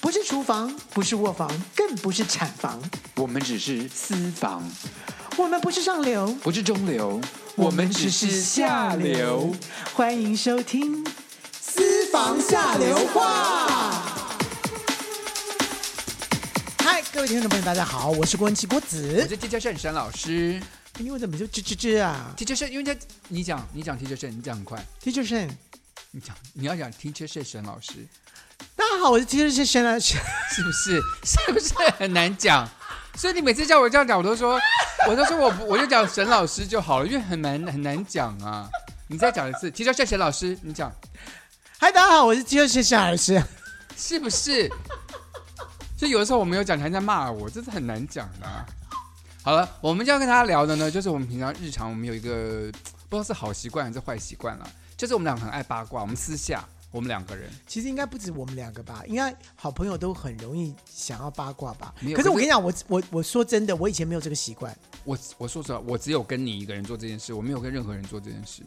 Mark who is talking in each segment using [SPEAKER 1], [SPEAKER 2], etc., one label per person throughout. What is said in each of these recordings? [SPEAKER 1] 不是厨房，不是卧房，更不是产房，
[SPEAKER 2] 我们只是私房，
[SPEAKER 1] 我们不是上流，
[SPEAKER 2] 不是中流，我们只是下流。。
[SPEAKER 1] 欢迎收听《
[SPEAKER 2] 私房下流话。
[SPEAKER 1] 嗨，各位听众朋友，大家好，我是郭文奇郭
[SPEAKER 2] 我
[SPEAKER 1] 子。哎
[SPEAKER 2] 是 T 教盛沈老师
[SPEAKER 1] 你为什么就吱吱吱啊
[SPEAKER 2] ，T 教盛，因为他你讲你讲 T 教盛，你讲很快，
[SPEAKER 1] ？Teacher Shen，
[SPEAKER 2] 你讲你要讲 T 教盛沈老师，
[SPEAKER 1] 大家好，我是 Teacher Shen 啊。
[SPEAKER 2] 是不是？ 是不是很难讲？所以你每次叫我这样讲，我都说，我都说我不我就讲沈老师就好了，因为很难很难讲啊。你再讲一次，T 教盛沈老师，你讲。
[SPEAKER 1] 嗨，大家好，我是 Teacher Shen 夏老师。
[SPEAKER 2] 是不是？所以有的时候我没有讲，你还在骂我，这是很难讲的啊、好了，我们就要跟大家聊的呢，就是我们平常日常，我们有一个不知道是好习惯还是坏习惯了，就是我们两个很爱八卦，我们私下我们两个人，
[SPEAKER 1] 其实应该不止我们两个吧，应该好朋友都很容易想要八卦吧
[SPEAKER 2] 没。有
[SPEAKER 1] 可是我
[SPEAKER 2] 可
[SPEAKER 1] 跟
[SPEAKER 2] 是
[SPEAKER 1] 你讲，我我我说真的，我以前没有这个习惯。
[SPEAKER 2] 我我说实话，我只有跟你一个人做这件事，我没有跟任何人做这件事，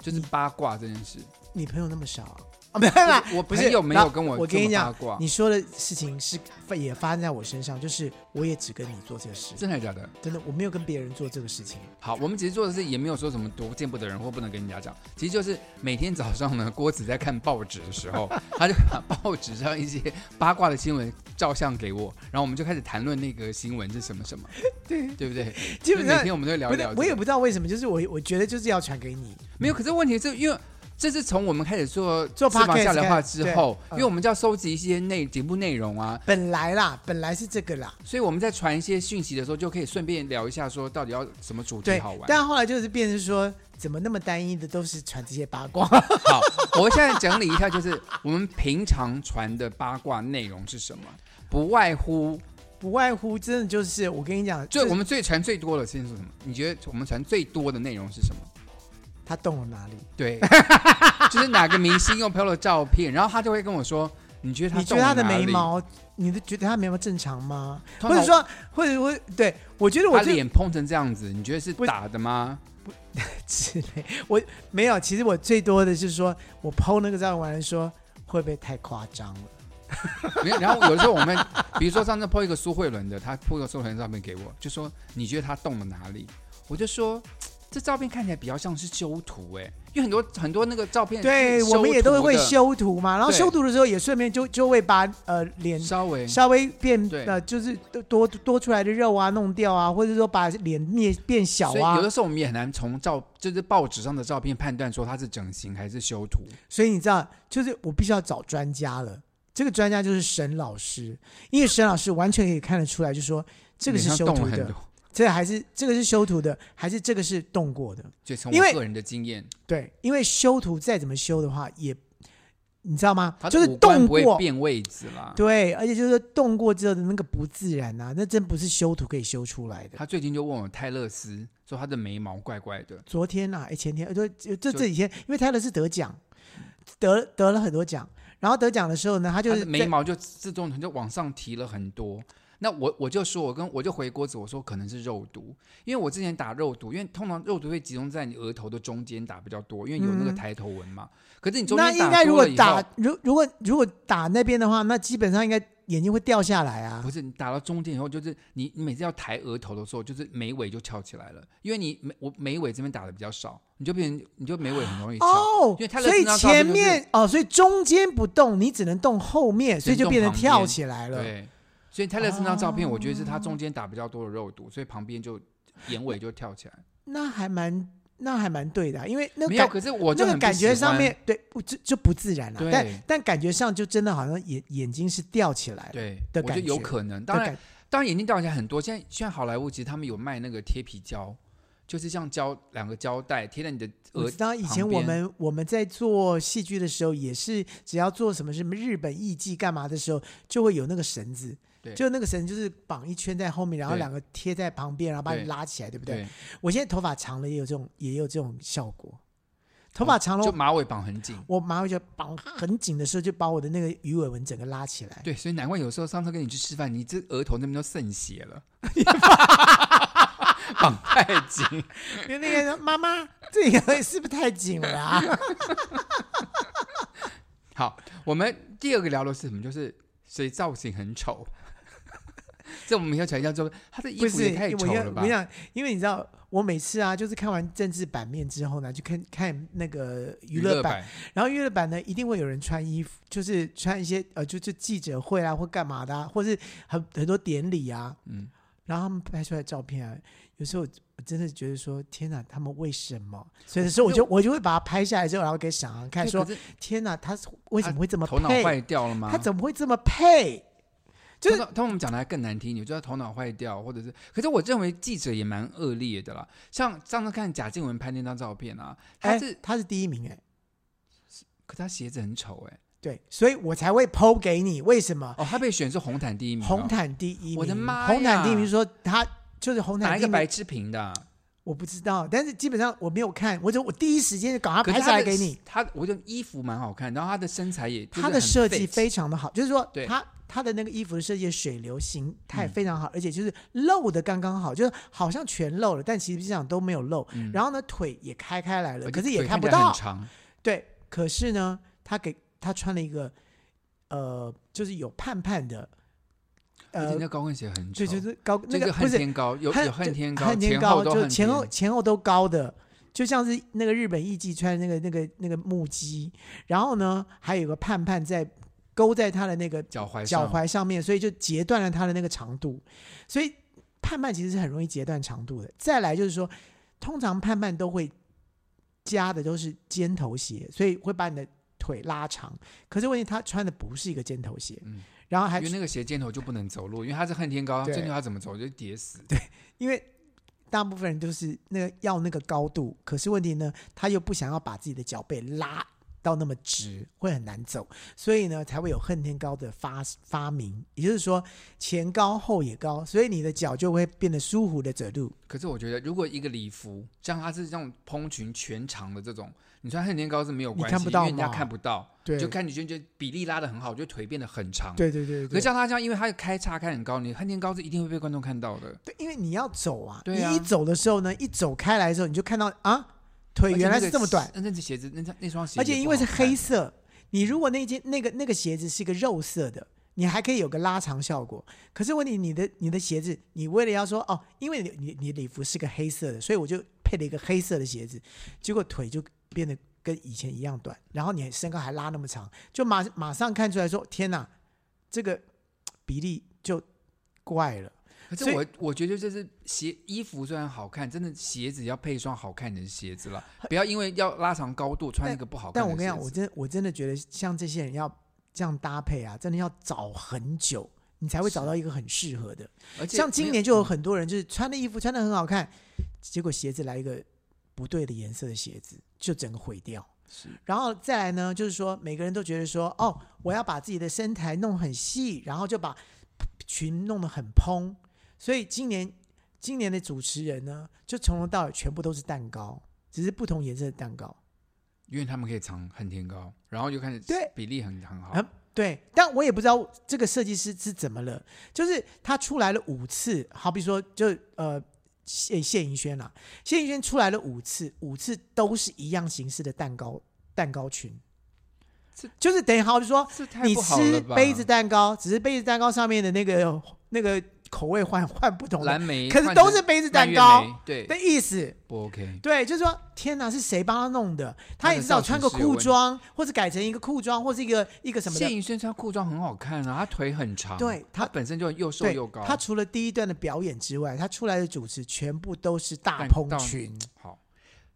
[SPEAKER 2] 就是八卦这件事。
[SPEAKER 1] 你朋友那么少 啊？啊，没办法，
[SPEAKER 2] 我
[SPEAKER 1] 不
[SPEAKER 2] 朋
[SPEAKER 1] 是
[SPEAKER 2] 友没有
[SPEAKER 1] 那
[SPEAKER 2] 跟我
[SPEAKER 1] 我跟
[SPEAKER 2] 这
[SPEAKER 1] 你
[SPEAKER 2] 么八
[SPEAKER 1] 讲
[SPEAKER 2] 卦，
[SPEAKER 1] 你说的事情是也发生在我身上，就是我也只跟你做这个事，
[SPEAKER 2] 真的假的？
[SPEAKER 1] 真的，我没有跟别人做这个事情。
[SPEAKER 2] 好，我们其实做的是也没有说什么多见不得人或不能跟人家讲，其实就是每天早上呢，郭子在看报纸的时候，他就把报纸上一些八卦的新闻照相给我，然后我们就开始谈论那个新闻是什么什么，
[SPEAKER 1] 对，
[SPEAKER 2] 对不对？
[SPEAKER 1] 基本
[SPEAKER 2] 所以每
[SPEAKER 1] 上
[SPEAKER 2] 天我们都会聊
[SPEAKER 1] 不
[SPEAKER 2] 一
[SPEAKER 1] 是
[SPEAKER 2] 聊、
[SPEAKER 1] 我也不知道为什么，就是我我觉得就是要传给你，
[SPEAKER 2] 没有，可是问题是因为。这是从我们开始做
[SPEAKER 1] 做
[SPEAKER 2] 私房
[SPEAKER 1] podcast
[SPEAKER 2] 下来话
[SPEAKER 1] 开
[SPEAKER 2] 之
[SPEAKER 1] 对
[SPEAKER 2] 后，
[SPEAKER 1] 嗯
[SPEAKER 2] 因为我们就要收集一些内节目内容啊，
[SPEAKER 1] 本来啦，本来是这个啦，
[SPEAKER 2] 所以我们在传一些讯息的时候，就可以顺便聊一下，说到底要什么主题
[SPEAKER 1] 对
[SPEAKER 2] 好玩。。
[SPEAKER 1] 但后来就是变成说，怎么那么单一的都是传这些八卦？
[SPEAKER 2] 好，我现在整理一下，就是我们平常传的八卦内容是什么？不外乎，
[SPEAKER 1] 不外乎真的就是我跟你讲，
[SPEAKER 2] 最
[SPEAKER 1] 就是
[SPEAKER 2] 我们最传最多的是什么？你觉得我们传最多的内容是什么？
[SPEAKER 1] 他动了哪里？
[SPEAKER 2] 对， 就是哪个明星又拍了照片，然后他就会跟我说：“你觉得他
[SPEAKER 1] 你觉
[SPEAKER 2] 动
[SPEAKER 1] 得
[SPEAKER 2] 了
[SPEAKER 1] 他的
[SPEAKER 2] 哪
[SPEAKER 1] 眉
[SPEAKER 2] 里，
[SPEAKER 1] 毛，你都觉得他眉毛正常吗？
[SPEAKER 2] 通
[SPEAKER 1] 或者
[SPEAKER 2] 常
[SPEAKER 1] 说，或者我对我觉得我
[SPEAKER 2] 他
[SPEAKER 1] 最
[SPEAKER 2] 脸碰成这样子，你觉得是
[SPEAKER 1] 不
[SPEAKER 2] 打的吗？
[SPEAKER 1] 之类，我没有。其实我最多的就是说我剖那个照片完了说，会不会太夸张了？
[SPEAKER 2] 没有。”然后有的时候我们，比如说上次 po 一个苏慧伦的，他 po 一个苏慧伦的照片给我，就说：“你觉得他动了哪里？”我就说。这照片看起来比较像是修图哎、因为很多很多那个照片
[SPEAKER 1] 对，
[SPEAKER 2] 是
[SPEAKER 1] 我们也
[SPEAKER 2] 图
[SPEAKER 1] 都会
[SPEAKER 2] 的
[SPEAKER 1] 修图嘛，然后
[SPEAKER 2] 对
[SPEAKER 1] 修图的时候也顺便就就会把呃脸
[SPEAKER 2] 稍微
[SPEAKER 1] 稍微变
[SPEAKER 2] 对
[SPEAKER 1] 呃就是多多出来的肉啊弄掉啊，或者说把脸面变小
[SPEAKER 2] 所以
[SPEAKER 1] 啊
[SPEAKER 2] 有。的时候我们也很难从照就是报纸上的照片判断说它是整形还是修图。
[SPEAKER 1] 所以你知道，就是我必须要找专家了。这个专家就是沈老师，因为沈老师完全可以看得出来，就说这个是
[SPEAKER 2] 脸
[SPEAKER 1] 修
[SPEAKER 2] 上动
[SPEAKER 1] 图
[SPEAKER 2] 了很
[SPEAKER 1] 的
[SPEAKER 2] 多，，
[SPEAKER 1] 这个还是这个是修图的，还是这个是动过的？
[SPEAKER 2] 就从
[SPEAKER 1] 因为
[SPEAKER 2] 我个人的经验，
[SPEAKER 1] 对，因为修图再怎么修的话，也你知道吗
[SPEAKER 2] 它？的
[SPEAKER 1] 就是
[SPEAKER 2] 五官
[SPEAKER 1] 动
[SPEAKER 2] 不会
[SPEAKER 1] 过，
[SPEAKER 2] 变啊位置啦。
[SPEAKER 1] 对，而且就是动过之后的那个不自然啊，那真不是修图可以修出来的。
[SPEAKER 2] 他最近就问我泰勒斯说他的眉毛怪怪的，
[SPEAKER 1] 昨天啊，哎，前天，呃就就这
[SPEAKER 2] 就
[SPEAKER 1] 这几天，因为泰勒是得奖，得得了很多奖，然后得奖的时候呢，他就
[SPEAKER 2] 他
[SPEAKER 1] 是
[SPEAKER 2] 的眉
[SPEAKER 1] 在
[SPEAKER 2] 毛就自动就往上提了很多。那我我就说，我跟我就回锅子，我说可能是肉毒，因为我之前打肉毒，因为通常肉毒会集中在你额头的中间打比较多，因为有那个
[SPEAKER 1] 嗯
[SPEAKER 2] 抬头纹嘛。可是你中
[SPEAKER 1] 那应
[SPEAKER 2] 间打
[SPEAKER 1] 该如
[SPEAKER 2] 多
[SPEAKER 1] 果
[SPEAKER 2] 了以后
[SPEAKER 1] 打，如如果如果打那边的话，那基本上应该眼睛会掉下来啊
[SPEAKER 2] 不。是你打到中间以后，就是你你每次要抬额头的时候，就是眉尾就翘起来了，因为你眉我眉尾这边打的比较少，你就变成你就眉尾很容易翘。
[SPEAKER 1] 哦
[SPEAKER 2] 因为，泰勒
[SPEAKER 1] 所以
[SPEAKER 2] 斯那张照片
[SPEAKER 1] 前
[SPEAKER 2] 就是
[SPEAKER 1] 面哦，所以中间不动，你只能动后面，所以
[SPEAKER 2] 只
[SPEAKER 1] 就
[SPEAKER 2] 能动
[SPEAKER 1] 变成
[SPEAKER 2] 旁
[SPEAKER 1] 跳
[SPEAKER 2] 边
[SPEAKER 1] 起来了。
[SPEAKER 2] 对，所以泰勒斯那张照片，我觉得是他
[SPEAKER 1] 哦
[SPEAKER 2] 中间打比较多的肉毒，所以旁边就眼尾就跳起来。
[SPEAKER 1] 那还蛮那还蛮对的啊、因为那
[SPEAKER 2] 没有，
[SPEAKER 1] 感
[SPEAKER 2] 可是我就
[SPEAKER 1] 那
[SPEAKER 2] 很
[SPEAKER 1] 个感
[SPEAKER 2] 不
[SPEAKER 1] 觉
[SPEAKER 2] 喜
[SPEAKER 1] 上
[SPEAKER 2] 欢
[SPEAKER 1] 面对不就就不自然了、啊
[SPEAKER 2] 对
[SPEAKER 1] 但但感觉上就真的好像眼眼睛是吊起来了的
[SPEAKER 2] 对，
[SPEAKER 1] 的
[SPEAKER 2] 我觉
[SPEAKER 1] 感
[SPEAKER 2] 得有
[SPEAKER 1] 觉
[SPEAKER 2] 可能。当
[SPEAKER 1] 感，
[SPEAKER 2] 然，当然眼睛掉下来很多。现在现在好莱坞其实他们有卖那个贴皮胶，就是像胶两个胶带贴在你的
[SPEAKER 1] 我
[SPEAKER 2] 额
[SPEAKER 1] 知道以前
[SPEAKER 2] 呃旁
[SPEAKER 1] 我
[SPEAKER 2] 边
[SPEAKER 1] 们我们在做戏剧的时候，也是只要做什么什么日本艺伎干嘛的时候，就会有那个绳子
[SPEAKER 2] 对，
[SPEAKER 1] 就那个绳就是绑一圈在后面，然后
[SPEAKER 2] 对
[SPEAKER 1] 两个贴在旁边，然后把你
[SPEAKER 2] 对
[SPEAKER 1] 拉起来，对不对？
[SPEAKER 2] 对，
[SPEAKER 1] 我现在头发长了也有这种也有这种效果，头发长了
[SPEAKER 2] 就
[SPEAKER 1] 我。
[SPEAKER 2] 马尾绑很紧。
[SPEAKER 1] 我马上就绑很紧的时候，就把我的那个鱼尾纹整个拉起来。
[SPEAKER 2] 对，所以难怪有时候上次跟你去吃饭，你这额头那边都渗血了，绑太紧。
[SPEAKER 1] 因为那个人说妈 妈，这个是不是太紧了啊？
[SPEAKER 2] 好，我们第二个聊的是什么？就是所以造型很丑。这我们以后才叫做他的衣
[SPEAKER 1] 不
[SPEAKER 2] 服
[SPEAKER 1] 是
[SPEAKER 2] 也太
[SPEAKER 1] 因为
[SPEAKER 2] 丑
[SPEAKER 1] 我要
[SPEAKER 2] 了
[SPEAKER 1] 我
[SPEAKER 2] 吧
[SPEAKER 1] 跟你？讲，因为你知道，我每次啊，就是看完政治版面之后呢，就看看那个娱乐版，
[SPEAKER 2] 版
[SPEAKER 1] 然后娱乐版呢，一定会有人穿衣服，就是穿一些呃，就是记者会啊，或干嘛的、啊，或是很很多典礼啊，
[SPEAKER 2] 嗯，
[SPEAKER 1] 然后他们拍出来的照片啊，有时候我真的觉得说，天哪，他们为什么？所以说，我就我就会把它拍下来之后，然后给想想看
[SPEAKER 2] 对
[SPEAKER 1] 说，
[SPEAKER 2] 可是
[SPEAKER 1] 天哪，他是为什么会这么
[SPEAKER 2] 头脑
[SPEAKER 1] 配？
[SPEAKER 2] 坏掉了吗？
[SPEAKER 1] 他怎么会这么配？就是
[SPEAKER 2] 他他们讲的还更难听，你就要头脑坏掉，或者是，可是我认为记者也蛮恶劣的啦。像上次看贾静雯拍那张照片啊，她
[SPEAKER 1] 哎
[SPEAKER 2] 是，，
[SPEAKER 1] 他是第一名哎、
[SPEAKER 2] 可她鞋子很丑哎、
[SPEAKER 1] 对，所以我才会剖给你。为什么？
[SPEAKER 2] 哦，她被选是红毯第一名、哦，
[SPEAKER 1] 红毯第一名，
[SPEAKER 2] 我的妈呀
[SPEAKER 1] 红毯第一名说他就是红
[SPEAKER 2] 哪
[SPEAKER 1] 毯
[SPEAKER 2] 一
[SPEAKER 1] 第一
[SPEAKER 2] 个白
[SPEAKER 1] 名，
[SPEAKER 2] 痴评的啊、
[SPEAKER 1] 我不知道，但是基本上我没有看，我就我第一时间就赶快
[SPEAKER 2] 可
[SPEAKER 1] 拍
[SPEAKER 2] 是
[SPEAKER 1] 下
[SPEAKER 2] 她
[SPEAKER 1] 来
[SPEAKER 2] 的
[SPEAKER 1] 给你。
[SPEAKER 2] 她，我觉得衣服蛮好看，然后她的身材也，就是
[SPEAKER 1] 它的
[SPEAKER 2] 很
[SPEAKER 1] 设计
[SPEAKER 2] fit
[SPEAKER 1] 非常的好，就是说
[SPEAKER 2] 对
[SPEAKER 1] 它它的那个衣服的设计的水流形态
[SPEAKER 2] 嗯
[SPEAKER 1] 非常好，而且就是露的刚刚好，就是好像全露了，但其实际上都没有露。
[SPEAKER 2] 嗯
[SPEAKER 1] 然后呢，腿也开开来了，
[SPEAKER 2] 而且
[SPEAKER 1] 可是也
[SPEAKER 2] 腿
[SPEAKER 1] 看
[SPEAKER 2] 看
[SPEAKER 1] 不
[SPEAKER 2] 起来
[SPEAKER 1] 到
[SPEAKER 2] 很。长，
[SPEAKER 1] 对，可是呢，他给他穿了一个呃，就是有盼盼的，
[SPEAKER 2] 而且
[SPEAKER 1] 呃
[SPEAKER 2] 那，高跟鞋很丑，
[SPEAKER 1] 对，就是高那个
[SPEAKER 2] 这
[SPEAKER 1] 不
[SPEAKER 2] 恨
[SPEAKER 1] 是
[SPEAKER 2] 天高，有
[SPEAKER 1] 恨
[SPEAKER 2] 有恨天
[SPEAKER 1] 恨天
[SPEAKER 2] 前
[SPEAKER 1] 高，
[SPEAKER 2] 后都
[SPEAKER 1] 就
[SPEAKER 2] 恨
[SPEAKER 1] 前
[SPEAKER 2] 天
[SPEAKER 1] 后前后都高的，就像是那个日本艺妓穿的那个那个那个木屐，然后呢，还有个盼盼在勾在他的那个
[SPEAKER 2] 脚踝
[SPEAKER 1] 脚
[SPEAKER 2] 上
[SPEAKER 1] 踝上面，所以就截断了他的那个长度，所以盼盼其实是很容易截断长度的。再来就是说，通常盼盼都会加的都是尖头鞋，所以会把你的腿拉长。可是问题他穿的不是一个尖头鞋，
[SPEAKER 2] 嗯
[SPEAKER 1] 然后还
[SPEAKER 2] 因为那个鞋尖头就不能走路，因为他是恨天高，
[SPEAKER 1] 对
[SPEAKER 2] 这条他怎么走就跌死。
[SPEAKER 1] 因为大部分人都是那个要那个高度，可是问题呢，他又不想要把自己的脚背拉到那么直，会很难走，所以呢才会有恨天高的发发明，也就是说前高后也高，所以你的脚就会变得舒服的走路。
[SPEAKER 2] 可是我觉得，如果一个礼服，像它是这种蓬裙全长的这种，你穿恨天高是没有关系，
[SPEAKER 1] 你看不到
[SPEAKER 2] 因为人家
[SPEAKER 1] 嘛
[SPEAKER 2] 看不到，
[SPEAKER 1] 对
[SPEAKER 2] 就看你就觉得比例拉的很好，就腿变得很长。，
[SPEAKER 1] 对对对
[SPEAKER 2] 可是像他这样，因为他开叉开很高，你恨天高是一定会被观众看到的。
[SPEAKER 1] 对，因为你要走啊，
[SPEAKER 2] 对啊
[SPEAKER 1] 你一走的时候呢，一走开来的时候，你就看到啊，腿原来是这么短，
[SPEAKER 2] 那那只鞋子，那那双鞋，
[SPEAKER 1] 而且因为是黑，色，你如果那件那个那个鞋子是一个肉色的，你还可以有个拉长效果。可是问题，你的你的鞋子，你为了要说哦，因为你你你礼服是个黑色的，所以我就配了一个黑色的鞋子，结果腿就变得跟以前一样短，然后你身高还拉那么长，就马马上看出来说，天哪，这个比例就怪了。
[SPEAKER 2] 可
[SPEAKER 1] 所
[SPEAKER 2] 是
[SPEAKER 1] 以
[SPEAKER 2] 我我觉得就是鞋衣服虽然好看，真的鞋子要配一双好看的鞋子了，不要因为要拉长高度穿一个不好看
[SPEAKER 1] 但
[SPEAKER 2] 的
[SPEAKER 1] 我
[SPEAKER 2] 鞋
[SPEAKER 1] 跟你讲，
[SPEAKER 2] 子。
[SPEAKER 1] 我真我真的觉得像这些人要这样搭配啊，真的要找很久，你才会找
[SPEAKER 2] 是
[SPEAKER 1] 到一个很适合的。
[SPEAKER 2] 而且
[SPEAKER 1] 像
[SPEAKER 2] 没
[SPEAKER 1] 今
[SPEAKER 2] 有嗯
[SPEAKER 1] 年就有很多人就是穿的衣服穿的很好看，结果鞋子来一个不对的颜色的鞋子，就整个毁掉。
[SPEAKER 2] 是
[SPEAKER 1] 然后再来呢，就是说每个人都觉得说，哦，我要把自己的身材弄很细，然后就把裙弄得很蓬。所以今年今年的主持人呢，就从头到尾全部都是蛋糕，只是不同颜色的蛋糕。
[SPEAKER 2] 因为他们可以藏恨天高，然后就看始
[SPEAKER 1] 对
[SPEAKER 2] 比例很很好。
[SPEAKER 1] 嗯对，但我也不知道这个设计师是怎么了，就是他出来了五次，好比说就呃谢谢盈萱啦，谢盈萱出来了五次，五次都是一样形式的蛋糕蛋糕裙
[SPEAKER 2] 这，
[SPEAKER 1] 就是等于好比说
[SPEAKER 2] 这太
[SPEAKER 1] 你
[SPEAKER 2] 不好了
[SPEAKER 1] 吃
[SPEAKER 2] 吧？
[SPEAKER 1] 杯子蛋糕，只是杯子蛋糕上面的那个那个口味换换不同的，
[SPEAKER 2] 蓝莓，
[SPEAKER 1] 可是都是杯子
[SPEAKER 2] 换
[SPEAKER 1] 蛋
[SPEAKER 2] 成蔓越
[SPEAKER 1] 糕
[SPEAKER 2] 莓，对，
[SPEAKER 1] 的意思。
[SPEAKER 2] 不 OK。
[SPEAKER 1] 对，就是说，天哪，是谁帮他弄的？他
[SPEAKER 2] 他
[SPEAKER 1] 也
[SPEAKER 2] 的
[SPEAKER 1] 知道
[SPEAKER 2] 造型
[SPEAKER 1] 穿个
[SPEAKER 2] 是有
[SPEAKER 1] 裤
[SPEAKER 2] 问题
[SPEAKER 1] 装，或者改成一个裤装，或是一个一个什么的
[SPEAKER 2] 谢。颖轩穿裤装很好看啊，她腿很长，
[SPEAKER 1] 对
[SPEAKER 2] 她
[SPEAKER 1] 她
[SPEAKER 2] 本身就又瘦
[SPEAKER 1] 对，
[SPEAKER 2] 又高，
[SPEAKER 1] 他除了第一段的表演之外，他出来的主持全部都是大
[SPEAKER 2] 但
[SPEAKER 1] 蓬
[SPEAKER 2] 到
[SPEAKER 1] 裙。
[SPEAKER 2] 好。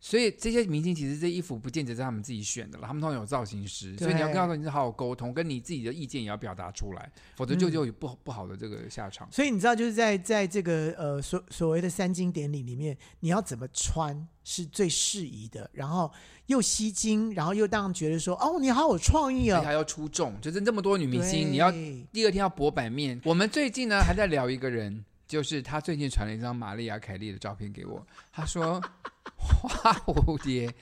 [SPEAKER 2] 所以这些明星其实这衣服不见得是他们自己选的了，他们通常有造型师，所以你要
[SPEAKER 1] 对
[SPEAKER 2] 跟造型师好好沟通，跟你自己的意见也要表达出来，否则就
[SPEAKER 1] 嗯
[SPEAKER 2] 就有不、不好的这个下场。
[SPEAKER 1] 所以你知道，就是在在这个呃所所谓的三金典礼里面，你要怎么穿是最适宜的，然后又吸睛，然后又让人觉得说，哦，你好有创意
[SPEAKER 2] 而且
[SPEAKER 1] 哦。
[SPEAKER 2] 还要出众，就是这么多女明星，你要
[SPEAKER 1] 对
[SPEAKER 2] 第二天要博版面。我们最近呢还在聊一个人，就是他最近传了一张玛丽亚凯莉的照片给我，他说 花蝴蝶。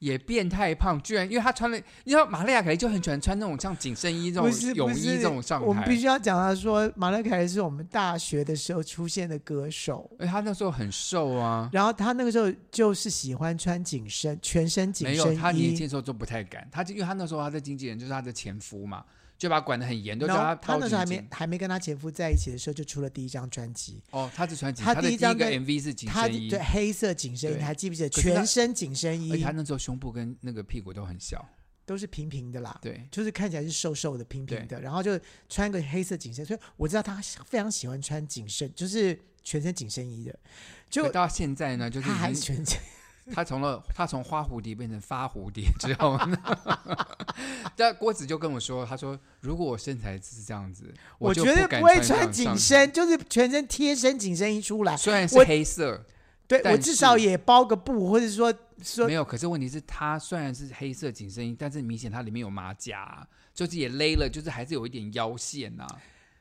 [SPEAKER 2] 也变态胖，居然因为他穿了，你知道玛丽亚凯莉就很喜欢穿那种像紧身衣、这
[SPEAKER 1] 不
[SPEAKER 2] 种
[SPEAKER 1] 是不
[SPEAKER 2] 泳衣
[SPEAKER 1] 是
[SPEAKER 2] 这种上
[SPEAKER 1] 我们
[SPEAKER 2] 台
[SPEAKER 1] 必，须要讲到说，马勒凯是我们大学的时候出现的歌手，
[SPEAKER 2] 而且他那时候很瘦啊，
[SPEAKER 1] 然后他那个时候就是喜欢穿紧身、全身紧
[SPEAKER 2] 没有
[SPEAKER 1] 身
[SPEAKER 2] 他年轻
[SPEAKER 1] 衣，
[SPEAKER 2] 的时候都不太敢，他就因为他那时候他的经纪人就是他的前夫嘛，就把他管得很严，都叫
[SPEAKER 1] 然后
[SPEAKER 2] 包
[SPEAKER 1] 那时候还
[SPEAKER 2] 紧
[SPEAKER 1] 没
[SPEAKER 2] 紧。
[SPEAKER 1] 还没跟她前夫在一起的时候，就出了第一张专辑，
[SPEAKER 2] 哦，他只穿紧，
[SPEAKER 1] 他
[SPEAKER 2] 他的
[SPEAKER 1] 第一
[SPEAKER 2] 第一个
[SPEAKER 1] 张跟
[SPEAKER 2] MV 是紧
[SPEAKER 1] 她
[SPEAKER 2] 身衣，
[SPEAKER 1] 对黑色紧身衣，
[SPEAKER 2] 对
[SPEAKER 1] 你还记不记得？
[SPEAKER 2] 可是她
[SPEAKER 1] 全身紧身
[SPEAKER 2] 而且
[SPEAKER 1] 衣
[SPEAKER 2] 他那时候胸部跟那个屁股都很小。
[SPEAKER 1] 都是平平的啦，
[SPEAKER 2] 对，
[SPEAKER 1] 就是看起来是瘦瘦的、平平的，然后就穿个黑色紧身，所以我知道她非常喜欢穿紧身，就是全身紧身衣的，
[SPEAKER 2] 就
[SPEAKER 1] 就
[SPEAKER 2] 到现在呢，就是
[SPEAKER 1] 她还
[SPEAKER 2] 已
[SPEAKER 1] 是
[SPEAKER 2] 经
[SPEAKER 1] 全身。
[SPEAKER 2] 他从了他从花蝴蝶变成发蝴蝶 之后呢， 但郭子就跟我说，他说如果我身材是这样子，
[SPEAKER 1] 我
[SPEAKER 2] 就
[SPEAKER 1] 绝对
[SPEAKER 2] 敢
[SPEAKER 1] 不会
[SPEAKER 2] 穿这
[SPEAKER 1] 穿
[SPEAKER 2] 样
[SPEAKER 1] 紧
[SPEAKER 2] 上
[SPEAKER 1] 身，就是全身贴身紧身衣出来
[SPEAKER 2] 场，。虽然是
[SPEAKER 1] 我
[SPEAKER 2] 黑色，
[SPEAKER 1] 对
[SPEAKER 2] 但
[SPEAKER 1] 我
[SPEAKER 2] 是
[SPEAKER 1] 至少也包个布，或者说说
[SPEAKER 2] 没有，可是问题是，它虽然是黑色紧身衣，但是明显它里面有马甲啊，就是也勒了，就是还是有一点腰线呐、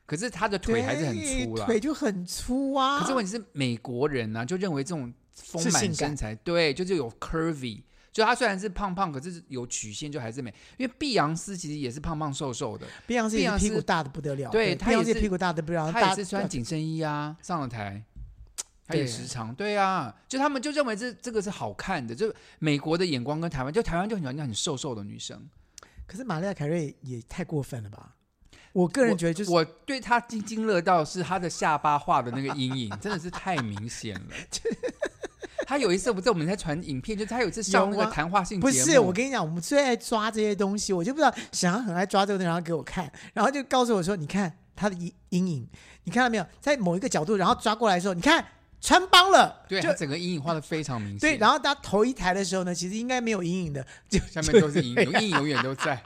[SPEAKER 2] 可是他的腿还是很
[SPEAKER 1] 对
[SPEAKER 2] 粗啦。
[SPEAKER 1] 腿就很粗啊。
[SPEAKER 2] 可是问题是，美国人呢、就认为这种丰
[SPEAKER 1] 是性
[SPEAKER 2] 满
[SPEAKER 1] 感
[SPEAKER 2] 身材，对，就是有 curvy。就他虽然是胖胖，可是有曲线，就还是美。因为碧昂斯其实也是胖胖瘦瘦的，
[SPEAKER 1] 碧昂斯也
[SPEAKER 2] 碧
[SPEAKER 1] 是
[SPEAKER 2] 昂斯
[SPEAKER 1] 屁股大的不得了，
[SPEAKER 2] 对她
[SPEAKER 1] 碧
[SPEAKER 2] 也
[SPEAKER 1] 昂斯
[SPEAKER 2] 是
[SPEAKER 1] 屁股大的不得了，
[SPEAKER 2] 他
[SPEAKER 1] 啊大
[SPEAKER 2] 也是穿紧身衣啊，上了台，他也
[SPEAKER 1] 对
[SPEAKER 2] 时常对啊，就他们就认为这这个是好看的，就美国的眼光跟台湾，就台湾就很喜欢那种很瘦瘦的女生。
[SPEAKER 1] 可是玛丽亚凯瑞也太过分了吧？我个人觉得就是
[SPEAKER 2] 我对他津津乐道是他的下巴画的那个阴影， 真的是太明显 了。他有一次，不是我们在传影片，就是他有一次上那
[SPEAKER 1] 有
[SPEAKER 2] 个
[SPEAKER 1] 啊
[SPEAKER 2] 谈话性节目，
[SPEAKER 1] 不是，我跟你讲，我们最爱抓这些东西，我就不知道沈阳很爱抓这个东西，然后给我看，然后就告诉我说，你看他的阴阴影，你看到没有，在某一个角度，然后抓过来的时候，你看穿帮了，
[SPEAKER 2] 对
[SPEAKER 1] 就
[SPEAKER 2] 他整个阴影画的非常明显，
[SPEAKER 1] 对，然后他头一抬的时候呢，其实应该没有阴影的，就
[SPEAKER 2] 下面都是阴影，阴影永远都在。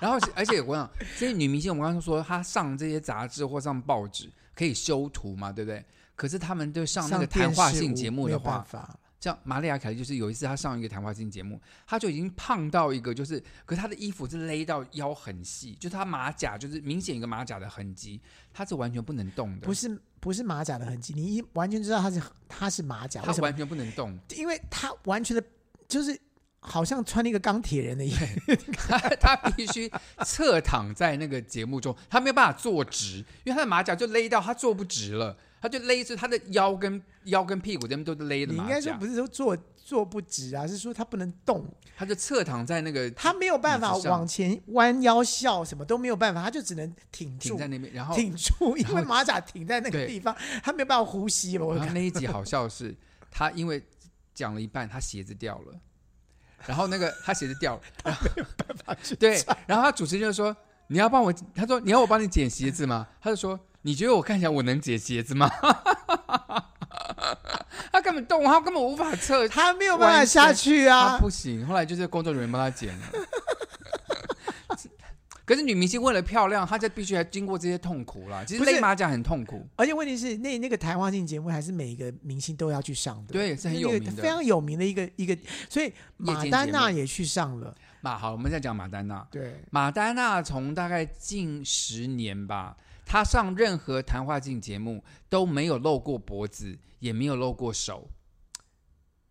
[SPEAKER 2] 然后是，而且我想，这些女明星，我们刚刚说她上这些杂志或上报纸可以修图嘛，对不对？可是他们对上那个谈话性节目的话，，像玛丽亚凯莉就是有一次她上一个谈话性节目，她就已经胖到一个就是，可是她的衣服是勒到腰很细，就是她马甲就是明显一个马甲的痕迹，她是完全不能动的，
[SPEAKER 1] 不是不是马甲的痕迹，你一完全知道他是他是马甲，
[SPEAKER 2] 她
[SPEAKER 1] 啊为什么？
[SPEAKER 2] 完全不能动，
[SPEAKER 1] 因为他完全的，就是好像穿了一个钢铁人的衣服，
[SPEAKER 2] 她她必须侧躺在那个节目中，她没有办法坐直，因为她的马甲就勒到她坐不直了，她就勒着她的腰跟腰跟屁股这边都是勒的
[SPEAKER 1] 你应
[SPEAKER 2] 马
[SPEAKER 1] 该说
[SPEAKER 2] 甲，
[SPEAKER 1] 不是说坐坐不直啊，是说他不能 动，
[SPEAKER 2] 她就侧躺在那个
[SPEAKER 1] 他没有办法
[SPEAKER 2] 椅子上
[SPEAKER 1] 往前弯腰笑，什么都没有办法，他就只能挺
[SPEAKER 2] 挺
[SPEAKER 1] 住
[SPEAKER 2] 在，那边，然后
[SPEAKER 1] 挺住，因
[SPEAKER 2] 然后
[SPEAKER 1] 为马甲挺在那个
[SPEAKER 2] 对
[SPEAKER 1] 地方，他没有办法呼吸嘛。我
[SPEAKER 2] 然后
[SPEAKER 1] 看
[SPEAKER 2] 那 一集好笑的是，他因为讲了一半，他鞋子掉了，然后那个他鞋子 掉了，然后对，然后他主持人就说：“你要帮我？”他说：“你要我帮你捡鞋子吗？”他就说：“你觉得我看起来我能捡鞋子吗？” 他根本动，他根本无法测，
[SPEAKER 1] 他没有办法下去
[SPEAKER 2] 他
[SPEAKER 1] 啊，
[SPEAKER 2] 不行。后来就是工作人员帮他捡了。 可是女明星为了漂亮，她就必须还经过这些痛苦啦。其实
[SPEAKER 1] 不是
[SPEAKER 2] 勒马甲很痛苦，
[SPEAKER 1] 而且问题是那那个谈话性节目还是每一个明星都要去上的，
[SPEAKER 2] 对是很有
[SPEAKER 1] 那个
[SPEAKER 2] 名的
[SPEAKER 1] 非常有名的一个一个，所以马丹娜也去上了，
[SPEAKER 2] 那好，我们再讲马丹娜。
[SPEAKER 1] 对，
[SPEAKER 2] 马丹娜从大概近十年吧，她上任何谈话性节目都没有露过脖子，也没有露过手，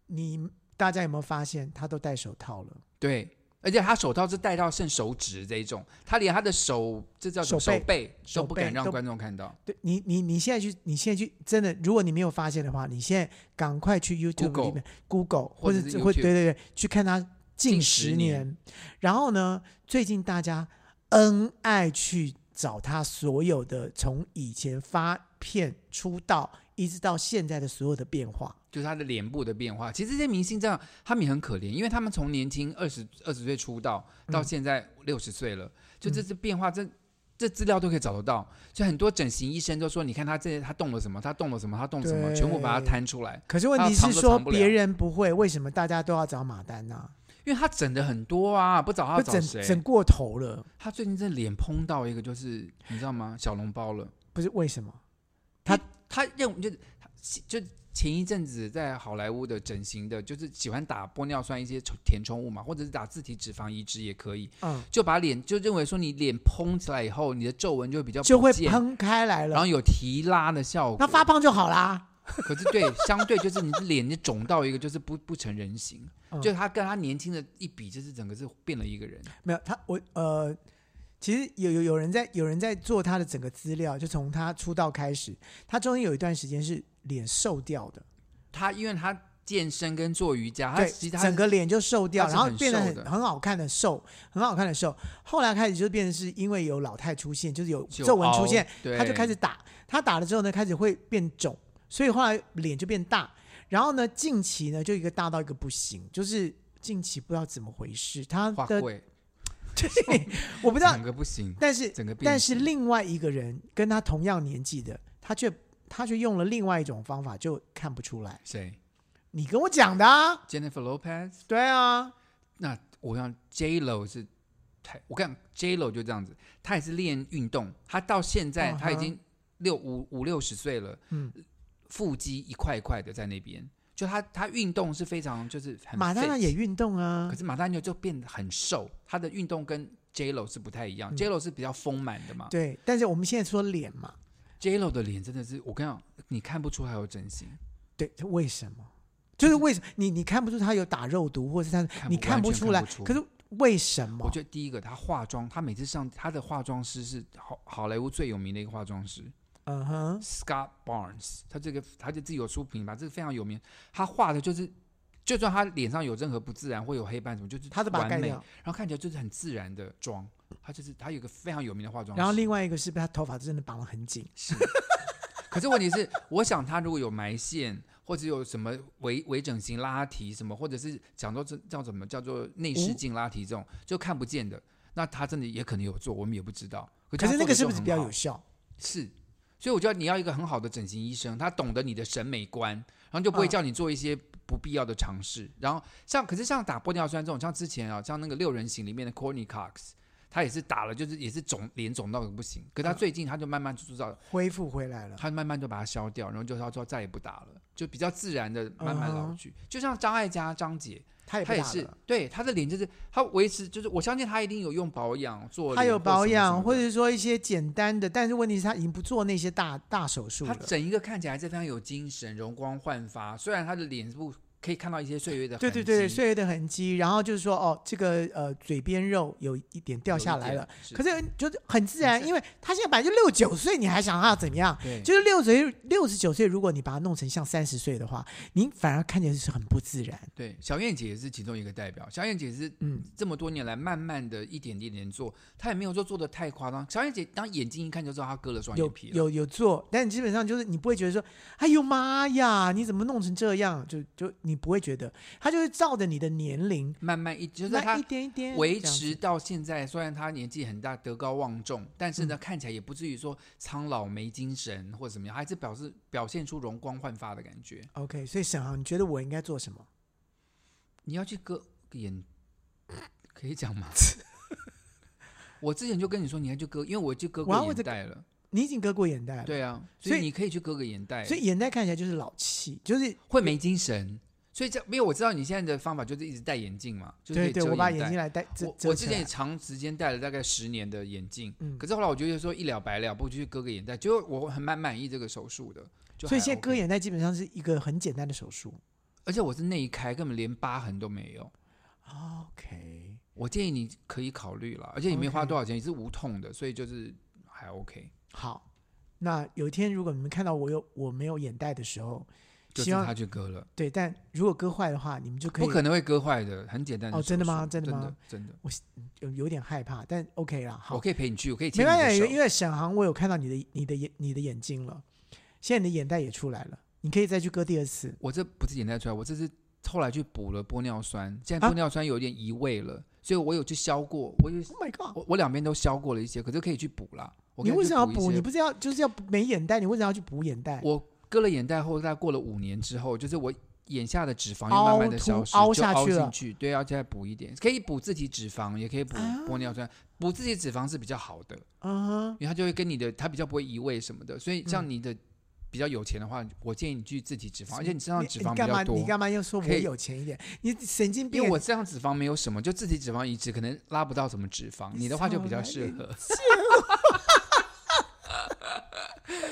[SPEAKER 1] 你大家有没有发现他都戴手套了？
[SPEAKER 2] 对，而且她手套是戴到剩手指这一种，她连她的手这叫什么
[SPEAKER 1] 手
[SPEAKER 2] 手
[SPEAKER 1] 背
[SPEAKER 2] 背都不敢
[SPEAKER 1] 手背
[SPEAKER 2] 让
[SPEAKER 1] 都
[SPEAKER 2] 观众看到。
[SPEAKER 1] 对你，你你现在去，你现在去，真的，如果你没有发现的话，你现在赶快去 YouTube
[SPEAKER 2] Google
[SPEAKER 1] 里面 Google
[SPEAKER 2] 或
[SPEAKER 1] 或
[SPEAKER 2] 者
[SPEAKER 1] 者
[SPEAKER 2] 是
[SPEAKER 1] 会
[SPEAKER 2] YouTube
[SPEAKER 1] 对对对，去看他近
[SPEAKER 2] 近
[SPEAKER 1] 十
[SPEAKER 2] 10年
[SPEAKER 1] 然后呢，最近大家恩爱去找他所有的从以前发片出道一直到现在的所有的变化，
[SPEAKER 2] 就是她的脸部的变化，其实这些明星这样，他们也很可怜，因为他们从年轻二十二十岁出道到
[SPEAKER 1] 嗯
[SPEAKER 2] 现在六十岁了，就这次变化，这这资料都可以找得到。所以很多整形医生都说，你看他这他动了什么，他动了什么，他动了什么，
[SPEAKER 1] 对
[SPEAKER 2] 全部把它摊出来。
[SPEAKER 1] 可是问
[SPEAKER 2] 还有
[SPEAKER 1] 题
[SPEAKER 2] 藏
[SPEAKER 1] 是
[SPEAKER 2] 都
[SPEAKER 1] 说
[SPEAKER 2] 藏不了
[SPEAKER 1] 别人不会，为什么大家都要找马丹娜？
[SPEAKER 2] 因为他整的很多啊，不找他
[SPEAKER 1] 会
[SPEAKER 2] 找
[SPEAKER 1] 整
[SPEAKER 2] 谁
[SPEAKER 1] 整？过头了，
[SPEAKER 2] 他最近这脸蓬到一个，就是你知道吗？小笼包了。
[SPEAKER 1] 不是为什么？
[SPEAKER 2] 他认为就是他就前一阵子在好莱坞的整形的，就是喜欢打玻尿酸一些填充物嘛，或者是打自体脂肪移植也可以，
[SPEAKER 1] 嗯，
[SPEAKER 2] 就把脸就认为说你脸蓬起来以后，你的皱纹就会比较
[SPEAKER 1] 就会
[SPEAKER 2] 不见，
[SPEAKER 1] 喷开来
[SPEAKER 2] 然
[SPEAKER 1] 了
[SPEAKER 2] 后，有提拉的效果。
[SPEAKER 1] 那发胖就好啦。
[SPEAKER 2] 可是对， 相对就是你的脸就肿到一个就是不不成人形，
[SPEAKER 1] 嗯
[SPEAKER 2] 就是他跟他年轻的一比，就是整个是变了一个人。
[SPEAKER 1] 没有他，我呃，其实有有有人在有人在做他的整个资料，就从他出道开始，他中间有一段时间是脸瘦掉的，
[SPEAKER 2] 他因为他健身跟做瑜伽，他
[SPEAKER 1] 对，
[SPEAKER 2] 啊其实他
[SPEAKER 1] 整个脸就瘦掉，
[SPEAKER 2] 他是
[SPEAKER 1] 然后
[SPEAKER 2] 很
[SPEAKER 1] 变得
[SPEAKER 2] 瘦
[SPEAKER 1] 很
[SPEAKER 2] 的
[SPEAKER 1] 很好看的瘦，很好看的瘦。后来开始就变成是因为有老态出现，就是有
[SPEAKER 2] 就
[SPEAKER 1] 皱纹出
[SPEAKER 2] 凹
[SPEAKER 1] 现，，
[SPEAKER 2] 哦对，
[SPEAKER 1] 他就开始打，他打了之后呢，开始会变肿，所以后来脸就变大。然后呢，近期呢，就一个大到一个不行，就是近期不知道怎么回事，他
[SPEAKER 2] 花
[SPEAKER 1] 的
[SPEAKER 2] 卉，
[SPEAKER 1] 对，我不知道
[SPEAKER 2] 整，个不行，
[SPEAKER 1] 但是
[SPEAKER 2] 整个变
[SPEAKER 1] 但是
[SPEAKER 2] 形
[SPEAKER 1] 另外一个人跟他同样年纪的，他却他却用了另外一种方法，就看不出来。
[SPEAKER 2] 谁
[SPEAKER 1] 你跟我讲的、啊，
[SPEAKER 2] ？Jennifer Lopez，
[SPEAKER 1] 对啊，
[SPEAKER 2] 那我想 J Lo 是太，我看 J Lo 就这样子，她也是练运动，她到现在
[SPEAKER 1] 嗯哼
[SPEAKER 2] 她已经六五五六十岁了，
[SPEAKER 1] 嗯，
[SPEAKER 2] 腹肌一块一块的在那边，就她她运动是非常就是很
[SPEAKER 1] 马丹娜
[SPEAKER 2] fit
[SPEAKER 1] 也运动啊
[SPEAKER 2] 可，是马丹妞就变得很瘦，她的运动跟 J Lo 是不太一样、
[SPEAKER 1] 嗯
[SPEAKER 2] j Lo 是比较丰满的嘛
[SPEAKER 1] 对，但是我们现在说脸嘛，
[SPEAKER 2] ，J Lo 的脸真的是我跟你讲，你看不出她有整形，
[SPEAKER 1] 对，为什么？就是为什么你你看不出他有打肉毒，或者是他
[SPEAKER 2] 嗯看不
[SPEAKER 1] 你看
[SPEAKER 2] 完全
[SPEAKER 1] 出来
[SPEAKER 2] 看不出
[SPEAKER 1] 可是为什么
[SPEAKER 2] 我？觉得第一个，她化妆，她每次上她的化妆师是好好莱坞最有名的一个化妆师
[SPEAKER 1] 嗯哼，
[SPEAKER 2] Scott Barnes，他这个他就自己有出品吧，这个非常有名。他画的就是，就算他脸上有任何不自然或有黑斑什么，就是
[SPEAKER 1] 他都把它
[SPEAKER 2] 完
[SPEAKER 1] 盖
[SPEAKER 2] 美，
[SPEAKER 1] 掉
[SPEAKER 2] 然。后看起来就是很自然的妆。他就是他有一个非常有名的化妆师，
[SPEAKER 1] 然后另外一个是被他头发真的绑得很紧，
[SPEAKER 2] 是，可是问题是，我想他如果有埋线，或者有什么微微整形拉提什么，或者是讲到这叫什么叫做内视镜拉提这种，就看不见的，那他真的也可能有做，我们也不知道。
[SPEAKER 1] 可
[SPEAKER 2] 他
[SPEAKER 1] 是那
[SPEAKER 2] 做
[SPEAKER 1] 个
[SPEAKER 2] 得
[SPEAKER 1] 是
[SPEAKER 2] 就
[SPEAKER 1] 不是
[SPEAKER 2] 很
[SPEAKER 1] 比较
[SPEAKER 2] 好
[SPEAKER 1] 有效？
[SPEAKER 2] 是，所以我觉得你要一个很好的整形医生，他懂得你的审美观，然后就不会
[SPEAKER 1] 嗯
[SPEAKER 2] 叫你做一些不必要的尝试。然后像，可是像打玻尿酸这种，像之前啊，像那个六人行里面的 Corny Cox，他也是打了，就是也是肿脸肿到不行。可他
[SPEAKER 1] 嗯
[SPEAKER 2] 最近他就慢慢知道，
[SPEAKER 1] 恢复回来了，
[SPEAKER 2] 他慢慢就把它消掉，然后就他说再也不打了，就比较自然的慢慢
[SPEAKER 1] 嗯
[SPEAKER 2] 老
[SPEAKER 1] 哼
[SPEAKER 2] 去。就像张艾嘉、张姐，
[SPEAKER 1] 他也不
[SPEAKER 2] 她也
[SPEAKER 1] 打
[SPEAKER 2] 是
[SPEAKER 1] 了
[SPEAKER 2] 对她的脸就是她维持，就是我相信她一定有用保养做，
[SPEAKER 1] 他有保养，或
[SPEAKER 2] 者。
[SPEAKER 1] 者说一些简单的，但是问题是他已经不做那些大大手术
[SPEAKER 2] 他
[SPEAKER 1] 了。
[SPEAKER 2] 整一个看起来是非常有精神、容光焕发。虽然他的脸部可以看到一些岁月的
[SPEAKER 1] 对
[SPEAKER 2] 痕迹，
[SPEAKER 1] 对对，岁月的痕迹，然后就是说，哦，这个呃嘴边肉有一点掉
[SPEAKER 2] 有
[SPEAKER 1] 下
[SPEAKER 2] 一
[SPEAKER 1] 来
[SPEAKER 2] 点
[SPEAKER 1] 了，，
[SPEAKER 2] 是
[SPEAKER 1] 可是就是很自然，
[SPEAKER 2] 是
[SPEAKER 1] 因为他现在本来就六九岁，你还想他怎么样？
[SPEAKER 2] 对，
[SPEAKER 1] 就是六十六十九岁，如果你把它弄成像三十岁的话，你反而看起来是很不自然。
[SPEAKER 2] 对，小燕姐也是其中一个代表。小燕姐是
[SPEAKER 1] 嗯，
[SPEAKER 2] 这么多年来慢慢的一点一点做，她也没有说做的太夸张。小燕姐当眼睛一看就知道她割了双
[SPEAKER 1] 有
[SPEAKER 2] 眼皮了。
[SPEAKER 1] 有有做，但你基本上就是你不会觉得说，哎呦妈呀，你怎么弄成这样？就就你不会觉得，他就是照着你的年龄，
[SPEAKER 2] 慢慢一就是
[SPEAKER 1] 那一
[SPEAKER 2] 她
[SPEAKER 1] 点一点
[SPEAKER 2] 维
[SPEAKER 1] 这样
[SPEAKER 2] 持
[SPEAKER 1] 子。
[SPEAKER 2] 到现在，虽然她年纪很大，德高望重，但是
[SPEAKER 1] 嗯
[SPEAKER 2] 呢，看起来也不至于说苍老没精神或者怎么样，还是表示表现出容光焕发的感觉。
[SPEAKER 1] OK，所以沈航，你觉得我应该做什么？
[SPEAKER 2] 你要去割眼， 可以讲吗？ 我之前就跟你说，你要去割，因为我就割
[SPEAKER 1] 哇
[SPEAKER 2] 过
[SPEAKER 1] 我
[SPEAKER 2] 眼
[SPEAKER 1] 这
[SPEAKER 2] 袋了。
[SPEAKER 1] 你已经割过眼袋了，，
[SPEAKER 2] 对啊，
[SPEAKER 1] 所以
[SPEAKER 2] 所以你可以去割个眼袋，
[SPEAKER 1] 所以眼袋看起来就是老气，就是
[SPEAKER 2] 会没精神。所以这没有，我知道你现在的方法就是一直戴眼镜嘛，就是可
[SPEAKER 1] 对
[SPEAKER 2] 以
[SPEAKER 1] 对，
[SPEAKER 2] 遮
[SPEAKER 1] 我把
[SPEAKER 2] 眼
[SPEAKER 1] 眼
[SPEAKER 2] 袋
[SPEAKER 1] 睛来戴遮
[SPEAKER 2] 我
[SPEAKER 1] 遮
[SPEAKER 2] 我之
[SPEAKER 1] 起
[SPEAKER 2] 前
[SPEAKER 1] 来
[SPEAKER 2] 也长时间戴了大概十年的眼镜，
[SPEAKER 1] 嗯
[SPEAKER 2] 可是后来我觉得说一了百了，不如去割个眼袋，就我很蛮满意这个手术的。就
[SPEAKER 1] 所以
[SPEAKER 2] 还
[SPEAKER 1] 现在
[SPEAKER 2] OK
[SPEAKER 1] 割，眼袋基本上是一个很简单的手术。
[SPEAKER 2] 而且我是内开，根本连疤痕都没有。
[SPEAKER 1] OK，
[SPEAKER 2] 我建议你可以考虑了，而且也没花
[SPEAKER 1] OK
[SPEAKER 2] 多少钱，也是无痛的，所以就是还 OK。
[SPEAKER 1] 好，那有一天如果你们看到我有我没有眼袋的时候，
[SPEAKER 2] 就是
[SPEAKER 1] 希望
[SPEAKER 2] 他去割了，
[SPEAKER 1] 对，但如果割坏的话，你们就可以
[SPEAKER 2] 不可能会割坏的，很简单
[SPEAKER 1] 哦
[SPEAKER 2] 手术
[SPEAKER 1] 真的吗真
[SPEAKER 2] 真
[SPEAKER 1] 的吗
[SPEAKER 2] 的真的，
[SPEAKER 1] 有有点害怕，但 OK 啦，好
[SPEAKER 2] 我，可以陪你去，我可以牵
[SPEAKER 1] 没
[SPEAKER 2] 你
[SPEAKER 1] 关系，
[SPEAKER 2] 的
[SPEAKER 1] 因
[SPEAKER 2] 手。
[SPEAKER 1] 为沈航，我有看到你的你的眼你的眼睛了，现在你的眼袋也出来了，你可以再去割第二次。
[SPEAKER 2] 我这不是眼袋出来，我这是后来去补了玻尿酸，现在
[SPEAKER 1] 啊
[SPEAKER 2] 玻尿酸有点移位了，所以我有去消过，我有
[SPEAKER 1] Oh my god！
[SPEAKER 2] 我我两边都消过了一些，可是可以去补啦。我可
[SPEAKER 1] 你
[SPEAKER 2] 以
[SPEAKER 1] 为
[SPEAKER 2] 去
[SPEAKER 1] 什么要
[SPEAKER 2] 一
[SPEAKER 1] 补？
[SPEAKER 2] 些
[SPEAKER 1] 你不是要就是要没眼袋？你为什么要去补眼袋？
[SPEAKER 2] 我割了眼袋后，大概过了五年之后，就是我眼下的脂肪又
[SPEAKER 1] 凹
[SPEAKER 2] 慢慢的
[SPEAKER 1] 凸
[SPEAKER 2] 消失，
[SPEAKER 1] 凹
[SPEAKER 2] 就
[SPEAKER 1] 下去了
[SPEAKER 2] 进去，对，要再补一点，可以补自体脂肪，也可以补
[SPEAKER 1] 啊
[SPEAKER 2] 玻尿酸，补自体脂肪是比较好的。
[SPEAKER 1] 嗯哼，
[SPEAKER 2] 因为它就会跟你的，它比较不会移位什么的，所以
[SPEAKER 1] 嗯
[SPEAKER 2] 像你的比较有钱的话，我建议你去自体脂肪，而且你身上
[SPEAKER 1] 你
[SPEAKER 2] 脂
[SPEAKER 1] 你
[SPEAKER 2] 肪比
[SPEAKER 1] 干嘛？
[SPEAKER 2] 较多
[SPEAKER 1] 你。干嘛要说我
[SPEAKER 2] 可以
[SPEAKER 1] 有钱一点？你神经
[SPEAKER 2] 因
[SPEAKER 1] 病！啊
[SPEAKER 2] 为我身上脂肪没有什么，就自体脂肪移植可能拉不到什么脂肪，
[SPEAKER 1] 你
[SPEAKER 2] 你的话就比较适 合。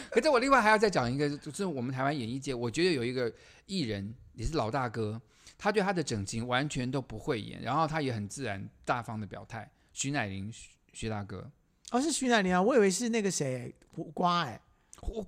[SPEAKER 2] 可是我另外还要再讲一个，就是我们台湾演艺界，我觉得有一个艺人也是老大哥，他对他的整形完全都不会演，然后他也很自然大方的表态。徐乃麟，徐徐大哥，
[SPEAKER 1] 哦，是徐乃麟啊，我以为是那个谁胡瓜哎，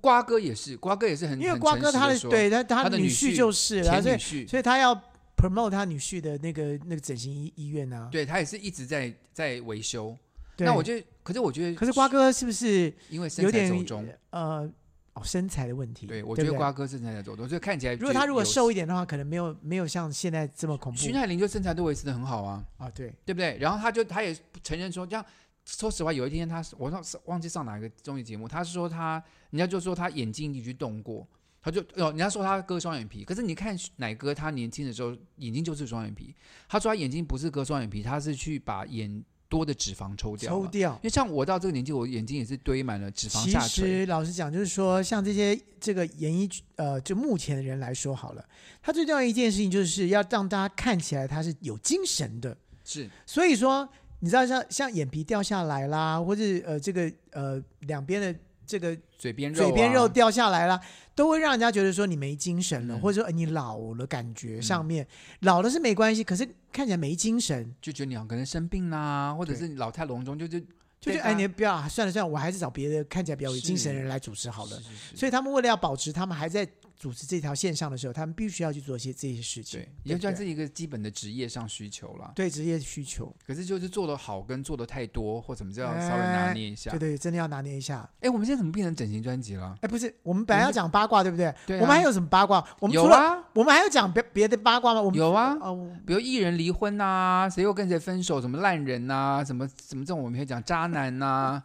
[SPEAKER 2] 瓜哥也是，瓜哥也是很
[SPEAKER 1] 因为瓜哥他
[SPEAKER 2] 的
[SPEAKER 1] 的对他
[SPEAKER 2] 他
[SPEAKER 1] 他
[SPEAKER 2] 的
[SPEAKER 1] 女
[SPEAKER 2] 女
[SPEAKER 1] 婿
[SPEAKER 2] 婿
[SPEAKER 1] 就是啊，
[SPEAKER 2] 前
[SPEAKER 1] 所
[SPEAKER 2] 女
[SPEAKER 1] 以
[SPEAKER 2] 婿，
[SPEAKER 1] 所以他要 promote 他女婿的那个那个整形医医院啊。
[SPEAKER 2] 对他也是一直在在维修。
[SPEAKER 1] 对
[SPEAKER 2] 那我就，可是我觉得，
[SPEAKER 1] 可是瓜哥是不是
[SPEAKER 2] 因为身
[SPEAKER 1] 有
[SPEAKER 2] 材
[SPEAKER 1] 点
[SPEAKER 2] 走中，
[SPEAKER 1] 呃哦身材的问题？
[SPEAKER 2] 对我
[SPEAKER 1] 不
[SPEAKER 2] 觉得
[SPEAKER 1] 对
[SPEAKER 2] 瓜哥身材在走中，所以看起来
[SPEAKER 1] 如果他如果
[SPEAKER 2] 有
[SPEAKER 1] 瘦一点的话，可能没有没有像现在这么恐怖
[SPEAKER 2] 徐乃麟就身材都维持的很好啊，
[SPEAKER 1] 啊。对，
[SPEAKER 2] 对不对？然后他就他也承认说，这样说实话，有一天他我忘忘记上哪个综艺节目，他是说他人家就说他眼睛一去动过，他就哦，人家说他割双眼皮，可是你看奶哥他年轻的时候眼睛就是双眼皮，他说他眼睛不是割双眼皮，他是去把眼多的脂肪抽掉了，
[SPEAKER 1] 抽掉
[SPEAKER 2] 因。为像我到这个年纪，我眼睛也是堆满了脂肪
[SPEAKER 1] 其
[SPEAKER 2] 下垂，
[SPEAKER 1] 实老实讲，就是说，像这些这个演艺呃，就目前的人来说好了，他最重要的一件事情就是要让大家看起来他是有精神的。
[SPEAKER 2] 是
[SPEAKER 1] 所以说，你知道像像眼皮掉下来啦，或者呃这个呃两边的这个
[SPEAKER 2] 嘴边肉、啊，
[SPEAKER 1] 嘴边肉掉下来啦，都会让人家觉得说你没精神了，
[SPEAKER 2] 嗯
[SPEAKER 1] 或者说、呃你老了，感觉
[SPEAKER 2] 嗯
[SPEAKER 1] 上面、老了是没关系，可是看起来没精神，
[SPEAKER 2] 就觉得你好像可能生病啦、或者是老态龙钟，就就
[SPEAKER 1] 就是
[SPEAKER 2] 对
[SPEAKER 1] 哎
[SPEAKER 2] 大
[SPEAKER 1] 你不要啊算了算了，我还是找别的看起来比较有精神的
[SPEAKER 2] 是
[SPEAKER 1] 人来主持好了。
[SPEAKER 2] 是是是
[SPEAKER 1] 所以他们为了要保持他们还在组织这条线上的时候，他们必须要去做一些这些事情
[SPEAKER 2] 对，，也
[SPEAKER 1] 不
[SPEAKER 2] 算
[SPEAKER 1] 对
[SPEAKER 2] 是一个基本的职业上需求啦。
[SPEAKER 1] 对职业需求，
[SPEAKER 2] 可是就是做的好跟做的太多或怎么这样，稍微拿捏一下
[SPEAKER 1] 哎对。对，真的要拿捏一下。
[SPEAKER 2] 哎，我们现在怎么变成整形专辑了？
[SPEAKER 1] 哎，不是，我们本来要讲八卦，对不对？
[SPEAKER 2] 对啊
[SPEAKER 1] 我们还有什么八卦？我们
[SPEAKER 2] 有
[SPEAKER 1] 除了、
[SPEAKER 2] 啊，
[SPEAKER 1] 我们还要讲别别的八卦吗？我们
[SPEAKER 2] 有啊，
[SPEAKER 1] 哦，
[SPEAKER 2] 比如艺人离婚呐，谁又跟谁分手，什么烂人呐，什么什么这种，我们会讲渣男 呐。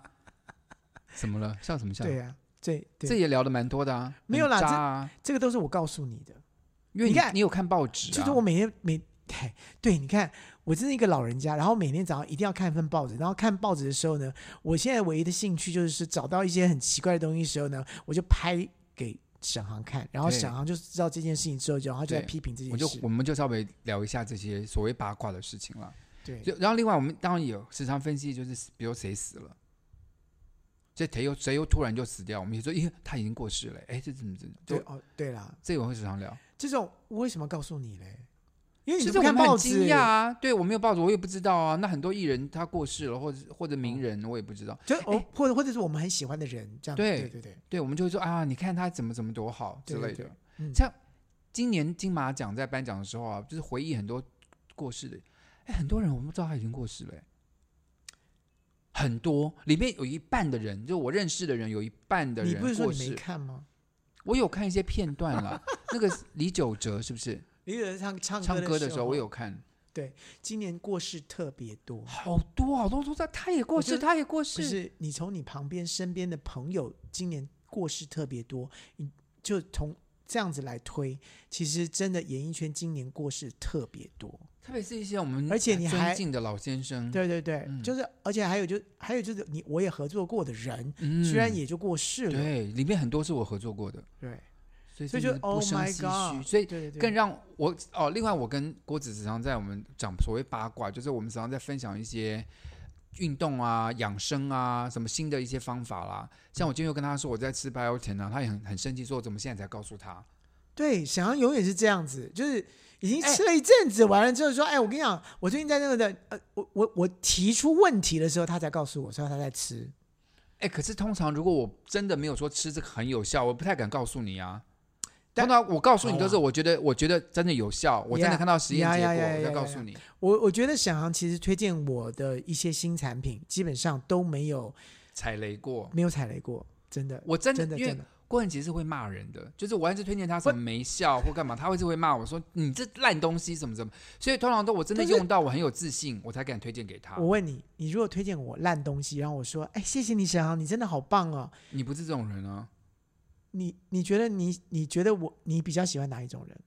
[SPEAKER 2] 怎么了？笑什么笑？
[SPEAKER 1] 对呀、对
[SPEAKER 2] 这
[SPEAKER 1] 对，
[SPEAKER 2] 也聊的蛮多的啊。
[SPEAKER 1] 没有啦
[SPEAKER 2] 很渣啊，
[SPEAKER 1] 这个都是我告诉你的，
[SPEAKER 2] 因为
[SPEAKER 1] 你看
[SPEAKER 2] 你有看报纸
[SPEAKER 1] 就
[SPEAKER 2] 啊
[SPEAKER 1] 是。我每天每。嘿对，你看，我真是一个老人家，然后每天早上一定要看一份报纸，然后看报纸的时候呢，我现在唯一的兴趣就是找到一些很奇怪的东西的时候呢，我就拍给沈航看，然后
[SPEAKER 2] 对
[SPEAKER 1] 沈航就知道这件事情之后，然后就在
[SPEAKER 2] 对
[SPEAKER 1] 批评这件
[SPEAKER 2] 我就
[SPEAKER 1] 事
[SPEAKER 2] 我。们就稍微聊一下这些所谓八卦的事情了。
[SPEAKER 1] 对，
[SPEAKER 2] 就然后另外我们当然也有时常分析，就是比如谁死了，这谁又谁又突然就死掉，我们也说，咦，他已经过世了，哎，这怎么怎么？
[SPEAKER 1] 对
[SPEAKER 2] 就
[SPEAKER 1] 哦，对啦，
[SPEAKER 2] 这我会时常聊，
[SPEAKER 1] 这种我为什么要告诉你嘞？因为你
[SPEAKER 2] 其
[SPEAKER 1] 都不
[SPEAKER 2] 实我
[SPEAKER 1] 看
[SPEAKER 2] 们
[SPEAKER 1] 报
[SPEAKER 2] 很
[SPEAKER 1] 纸，
[SPEAKER 2] 惊讶啊，对我没有报纸，我也不知道啊。那很多艺人他过世了，或者或者名人我也不知道，
[SPEAKER 1] 就哦，或者或者是我们很喜欢的人这样。
[SPEAKER 2] 哎对
[SPEAKER 1] 对对对，
[SPEAKER 2] 对，我们就会说啊，你看他怎么怎么多好之
[SPEAKER 1] 对对
[SPEAKER 2] 类的
[SPEAKER 1] 对。嗯
[SPEAKER 2] 像今年金马奖在颁奖的时候啊，就是回忆很多过世的，哎，很多人我们不知道他已经过世了，哎很多里面有一半的人，就我认识的人有一半的
[SPEAKER 1] 你
[SPEAKER 2] 人
[SPEAKER 1] 不是说
[SPEAKER 2] 过
[SPEAKER 1] 你没
[SPEAKER 2] 世。
[SPEAKER 1] 看吗？
[SPEAKER 2] 我有看一些片段了， 那个李玖哲是不是
[SPEAKER 1] 李远唱唱
[SPEAKER 2] 唱歌
[SPEAKER 1] 的
[SPEAKER 2] 的时候我有看，
[SPEAKER 1] 今年过世特别多，
[SPEAKER 2] 好多好多都在，他也过
[SPEAKER 1] 我觉
[SPEAKER 2] 世，
[SPEAKER 1] 得
[SPEAKER 2] 他也过
[SPEAKER 1] 不
[SPEAKER 2] 世，
[SPEAKER 1] 是你从你旁边身边的朋友今年过世特别多，你就从这样子来推，其实真的演艺圈今年过世特别多。
[SPEAKER 2] 特别是一些我们
[SPEAKER 1] 而且你还
[SPEAKER 2] 尊敬的老先生，
[SPEAKER 1] 对对对，
[SPEAKER 2] 嗯
[SPEAKER 1] 就是而且还有就还有就是你我也合作过的人，
[SPEAKER 2] 嗯
[SPEAKER 1] 居然也就过世了。
[SPEAKER 2] 对，里面很多是我合作过的，
[SPEAKER 1] 对
[SPEAKER 2] 所以
[SPEAKER 1] 所以就
[SPEAKER 2] 真的
[SPEAKER 1] Oh
[SPEAKER 2] 不生
[SPEAKER 1] my
[SPEAKER 2] 唏嘘，
[SPEAKER 1] God
[SPEAKER 2] 所以
[SPEAKER 1] 对对对，
[SPEAKER 2] 更让我哦，另外我跟郭子时常在我们讲所谓八卦，就是我们时常在分享一些运动啊、养生啊、什么新的一些方法啦。像我今天又跟他说我在吃 b i o t i n 啊，他也很很生气，说我怎么现在才告诉他？
[SPEAKER 1] 对，沈阳永远是这样子，就是已经
[SPEAKER 2] 哎
[SPEAKER 1] 吃了一阵子，完了之后说，哎，我跟你讲，我最近在那个的，呃，我我我提出问题的时候，他才告诉我说他在吃。
[SPEAKER 2] 哎，可是通常如果我真的没有说吃这个很有效，我不太敢告诉你啊。
[SPEAKER 1] 但哦
[SPEAKER 2] 通常我告诉你
[SPEAKER 1] 好
[SPEAKER 2] 都是
[SPEAKER 1] 啦
[SPEAKER 2] 我觉得我觉得真的有效，我真的
[SPEAKER 1] Yeah，
[SPEAKER 2] 看到实验
[SPEAKER 1] yeah，
[SPEAKER 2] 结果
[SPEAKER 1] yeah，yeah，
[SPEAKER 2] 我再
[SPEAKER 1] yeah，
[SPEAKER 2] 告
[SPEAKER 1] yeah，
[SPEAKER 2] 诉
[SPEAKER 1] yeah
[SPEAKER 2] 你。
[SPEAKER 1] 我我觉得沈航其实推荐我的一些新产品，基本上都没有
[SPEAKER 2] 踩雷过，
[SPEAKER 1] 没有踩雷过，真的，
[SPEAKER 2] 我真的
[SPEAKER 1] 真的
[SPEAKER 2] 因为
[SPEAKER 1] 真的。
[SPEAKER 2] 郭仁杰是会骂人的，就是我要是推荐他什么没效或干嘛，他会是会骂我说你这烂东西什么什么，所以通常都我真的
[SPEAKER 1] 但是
[SPEAKER 2] 用到我很有自信，我才敢推荐给他
[SPEAKER 1] 我。问你，你如果推荐我烂东西，然后我说，哎，谢谢你沈航，你真的好棒哦。
[SPEAKER 2] 你不是这种人啊，
[SPEAKER 1] 你你觉得你你觉得我你比较喜欢哪一种人？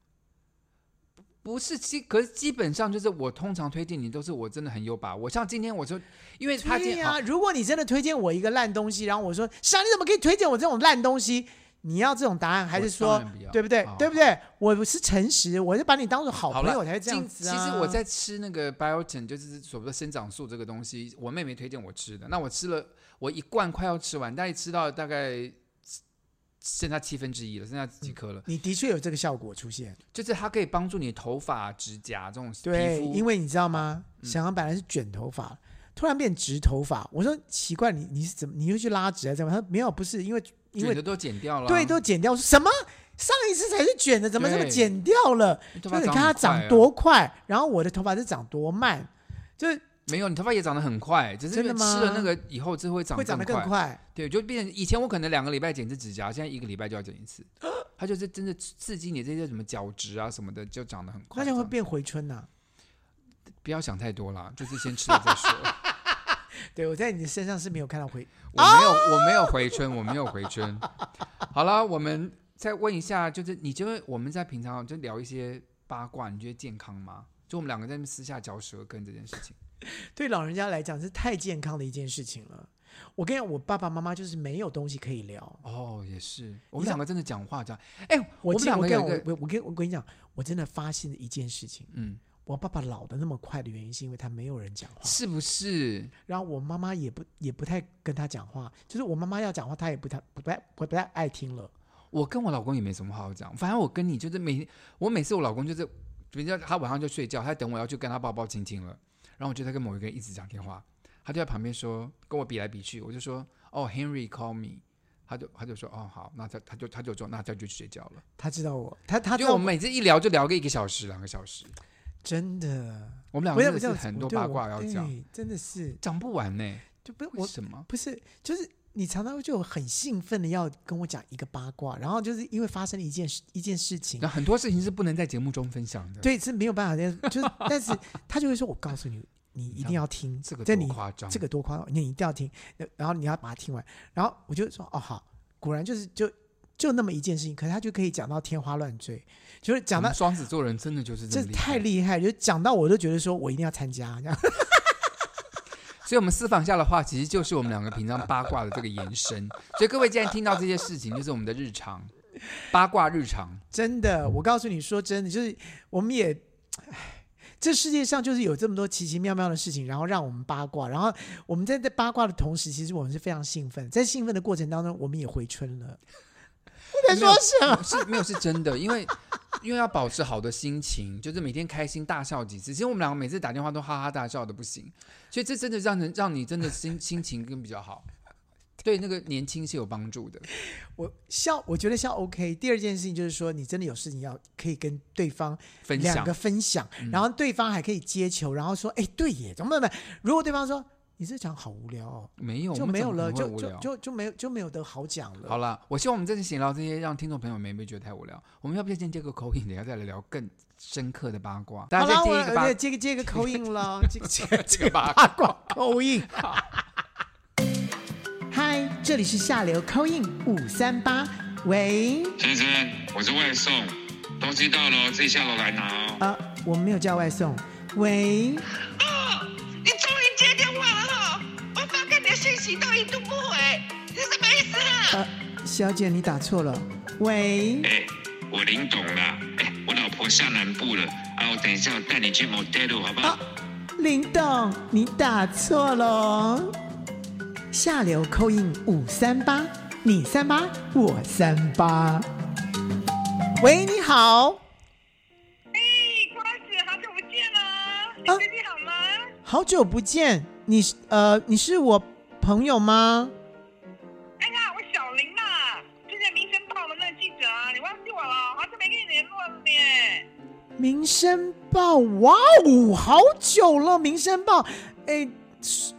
[SPEAKER 2] 不是基，可是基本上就是我通常推荐你都是我真的很有把握。像今天我就因为他今
[SPEAKER 1] 对
[SPEAKER 2] 天、
[SPEAKER 1] 呀、
[SPEAKER 2] 好
[SPEAKER 1] 如果你真的推荐我一个烂东西，然后我说傻，你怎么可以推荐我这种烂东西？你要这种答案，还是
[SPEAKER 2] 我
[SPEAKER 1] 说
[SPEAKER 2] 当然不要啊
[SPEAKER 1] 对不对
[SPEAKER 2] 好？
[SPEAKER 1] 对不对？我是诚实，我是把你当做好
[SPEAKER 2] 好
[SPEAKER 1] 朋
[SPEAKER 2] 了，
[SPEAKER 1] 友我才会这样
[SPEAKER 2] 今
[SPEAKER 1] 子啊。
[SPEAKER 2] 其实我在吃那个 biotin，就是所谓的生长素这个东西，我妹妹推荐我吃的。那我吃了，我一罐快要吃完，大概吃到大概剩下七分之一了，剩下几颗了。
[SPEAKER 1] 你的确有这个效果出现，
[SPEAKER 2] 就是它可以帮助你头发、指甲这种皮
[SPEAKER 1] 对，
[SPEAKER 2] 肤，
[SPEAKER 1] 因为你知道吗？
[SPEAKER 2] 嗯
[SPEAKER 1] 小杨本来是卷头发，突然变直头发。我说奇怪，你你是怎么你又去拉直还是怎么？他说没有，不是因为因
[SPEAKER 2] 卷
[SPEAKER 1] 为
[SPEAKER 2] 的都剪掉了，啊
[SPEAKER 1] 对都剪掉。我说什么？上一次才是卷的，怎么这么
[SPEAKER 2] 对
[SPEAKER 1] 剪掉了？
[SPEAKER 2] 头
[SPEAKER 1] 就
[SPEAKER 2] 发
[SPEAKER 1] 是你
[SPEAKER 2] 很
[SPEAKER 1] 看它
[SPEAKER 2] 快
[SPEAKER 1] 长
[SPEAKER 2] 啊
[SPEAKER 1] 多快，然后我的头发是长多慢，就是
[SPEAKER 2] 没有，你头发也长得很快，只是
[SPEAKER 1] 真的
[SPEAKER 2] 因为
[SPEAKER 1] 吗
[SPEAKER 2] 吃了那个以后，就会长
[SPEAKER 1] 会长得
[SPEAKER 2] 更
[SPEAKER 1] 更
[SPEAKER 2] 快。
[SPEAKER 1] 快。
[SPEAKER 2] 对，就变成以前我可能两个礼拜剪一次指甲，现在一个礼拜就要剪一次。 它就是真的刺激你这些什么角质啊什么的，就长得很
[SPEAKER 1] 那
[SPEAKER 2] 快这
[SPEAKER 1] 就
[SPEAKER 2] 样。
[SPEAKER 1] 会变回春啊呐、
[SPEAKER 2] 不要想太多啦，就是先吃了再说。
[SPEAKER 1] 对我在你的身上是没有看到回
[SPEAKER 2] 我没有，我没有回春，我没有回春。好了，我们再问一下，就是你觉得我们在平常就聊一些八卦，你觉得健康吗？就我们两个在那边私下嚼舌根这件事情，
[SPEAKER 1] 对老人家来讲是太健康的一件事情了。我跟你讲，我爸爸妈妈就是没有东西可以聊。
[SPEAKER 2] 哦，也是，
[SPEAKER 1] 你
[SPEAKER 2] 我们
[SPEAKER 1] 知道
[SPEAKER 2] 两个真的讲话讲，哎、
[SPEAKER 1] 我
[SPEAKER 2] 我们
[SPEAKER 1] 记得
[SPEAKER 2] 两
[SPEAKER 1] 我
[SPEAKER 2] 个
[SPEAKER 1] 跟
[SPEAKER 2] 有一
[SPEAKER 1] 我
[SPEAKER 2] 个，
[SPEAKER 1] 我我跟我跟你讲，我真的发现了一件事情，
[SPEAKER 2] 嗯，
[SPEAKER 1] 我爸爸老的那么快的原因是因为他没有人讲话，
[SPEAKER 2] 是不是？
[SPEAKER 1] 然后我妈妈也不也不太跟他讲话，就是我妈妈要讲话，他也不太不太不太爱听了。
[SPEAKER 2] 我跟我老公也没什么好讲，反正我跟你就是每我每次我老公就是，比较他晚上就睡觉，他等我要去跟他抱抱亲亲了，然后我就在跟某一个人一直讲电话，他就在旁边说跟我比来比去，我就说哦 Henry call me，他就他就说哦好，那他他就他就说那他就去睡觉了，
[SPEAKER 1] 他知道我，他他知
[SPEAKER 2] 就
[SPEAKER 1] 道
[SPEAKER 2] 我们每次一聊就聊个一个小时两个小时，
[SPEAKER 1] 真的，
[SPEAKER 2] 我们两
[SPEAKER 1] 我
[SPEAKER 2] 个
[SPEAKER 1] 也不
[SPEAKER 2] 真的
[SPEAKER 1] 知
[SPEAKER 2] 是
[SPEAKER 1] 道
[SPEAKER 2] 很多八卦要，
[SPEAKER 1] 我
[SPEAKER 2] 讲，
[SPEAKER 1] 对真的是
[SPEAKER 2] 讲不完呢、
[SPEAKER 1] 就不
[SPEAKER 2] 为
[SPEAKER 1] 我
[SPEAKER 2] 什么？
[SPEAKER 1] 不是，就是你常常就很兴奋的要跟我讲一个八卦，然后就是因为发生了一件事一件事情
[SPEAKER 2] 那，很多事情是不能在节目中分享的，，
[SPEAKER 1] 对，是没有办法的，就是但 是他就会说，我告诉你，你一定要听
[SPEAKER 2] 这个
[SPEAKER 1] 这
[SPEAKER 2] 多
[SPEAKER 1] 你
[SPEAKER 2] 夸张，
[SPEAKER 1] 这个多夸张，你一定要听，然后你要把它听完，然后我就说哦好，果然就是就就那么一件事情，可是他就可以讲到天花乱坠，就是讲
[SPEAKER 2] 我
[SPEAKER 1] 到
[SPEAKER 2] 们。双子座人真的就是这
[SPEAKER 1] 这
[SPEAKER 2] 么厉
[SPEAKER 1] 太
[SPEAKER 2] 害。
[SPEAKER 1] 厉害，就讲到我都觉得说，我一定要参加这样。
[SPEAKER 2] 所以，我们私房下的话，其实就是我们两个平常八卦的这个延伸。所以，各位既然听到这些事情，就是我们的日常八卦日常。
[SPEAKER 1] 真的，我告诉你说真的，就是我们也，唉这世界上就是有这么多奇奇妙妙的事情，然后让我们八卦，然后我们在在八卦的同时，其实我们是非常兴奋，在兴奋的过程当中，我们也回春了。我在说什么？
[SPEAKER 2] 是没有是真的，因为因为要保持好的心情，就是每天开心大笑几次。其实我们两个每次打电话都哈哈大笑的不行，所以这真的让人让你真的心心情更比较好，对那个年轻是有帮助的。
[SPEAKER 1] 我笑，我觉得笑 OK。第二件事情就是说，你真的有事情要可以跟对方
[SPEAKER 2] 分
[SPEAKER 1] 两
[SPEAKER 2] 享嗯
[SPEAKER 1] 个分享，然后对方还可以接球，然后说，哎，对耶，怎么怎么？如果对方说你这讲好无聊哦，
[SPEAKER 2] 没有
[SPEAKER 1] 就没有了，就
[SPEAKER 2] 我们怎么可能会无
[SPEAKER 1] 就就
[SPEAKER 2] 聊
[SPEAKER 1] 就没有就没有得好讲了。
[SPEAKER 2] 好了，我希望我们这次闲聊这些，让听众朋友们没觉得太无聊。我们要不要先接个口音，等一下再来聊更深刻的八卦？大
[SPEAKER 1] 好
[SPEAKER 2] 家
[SPEAKER 1] 啦
[SPEAKER 2] 再
[SPEAKER 1] 我
[SPEAKER 2] 接一个八
[SPEAKER 1] 呃接个 接个口音了，这个这个这
[SPEAKER 2] 这个八
[SPEAKER 1] 八卦口音。嗨，这里是下流口音五三八，喂，
[SPEAKER 3] 先生，我是外送，东西到了哦自己下楼来拿哦。
[SPEAKER 1] 呃，我们没有叫外送，喂，
[SPEAKER 4] 哦，你终于接电话了哈、我发给你的信息都一度不回，你什么意思啊？
[SPEAKER 1] 呃，小姐你打错了，喂，
[SPEAKER 3] 哎、我林董啦，哎、我老婆下南部了，啊，我等一下我带你去 motel 好不好？
[SPEAKER 1] 林董你打错了哦，下流口音五三八，你三八我三八，喂，你好，
[SPEAKER 4] 哎，瓜子，好久不见啦！你
[SPEAKER 1] 啊
[SPEAKER 4] 最近好吗？
[SPEAKER 1] 好久不见，你是呃，你是我朋友吗？
[SPEAKER 4] 哎呀，我小林呐、之前《民生报》的那个记者啊，你忘记我了？好久没跟你联络了呢。
[SPEAKER 1] 民生报，哇哦，好久了，民生报，哎，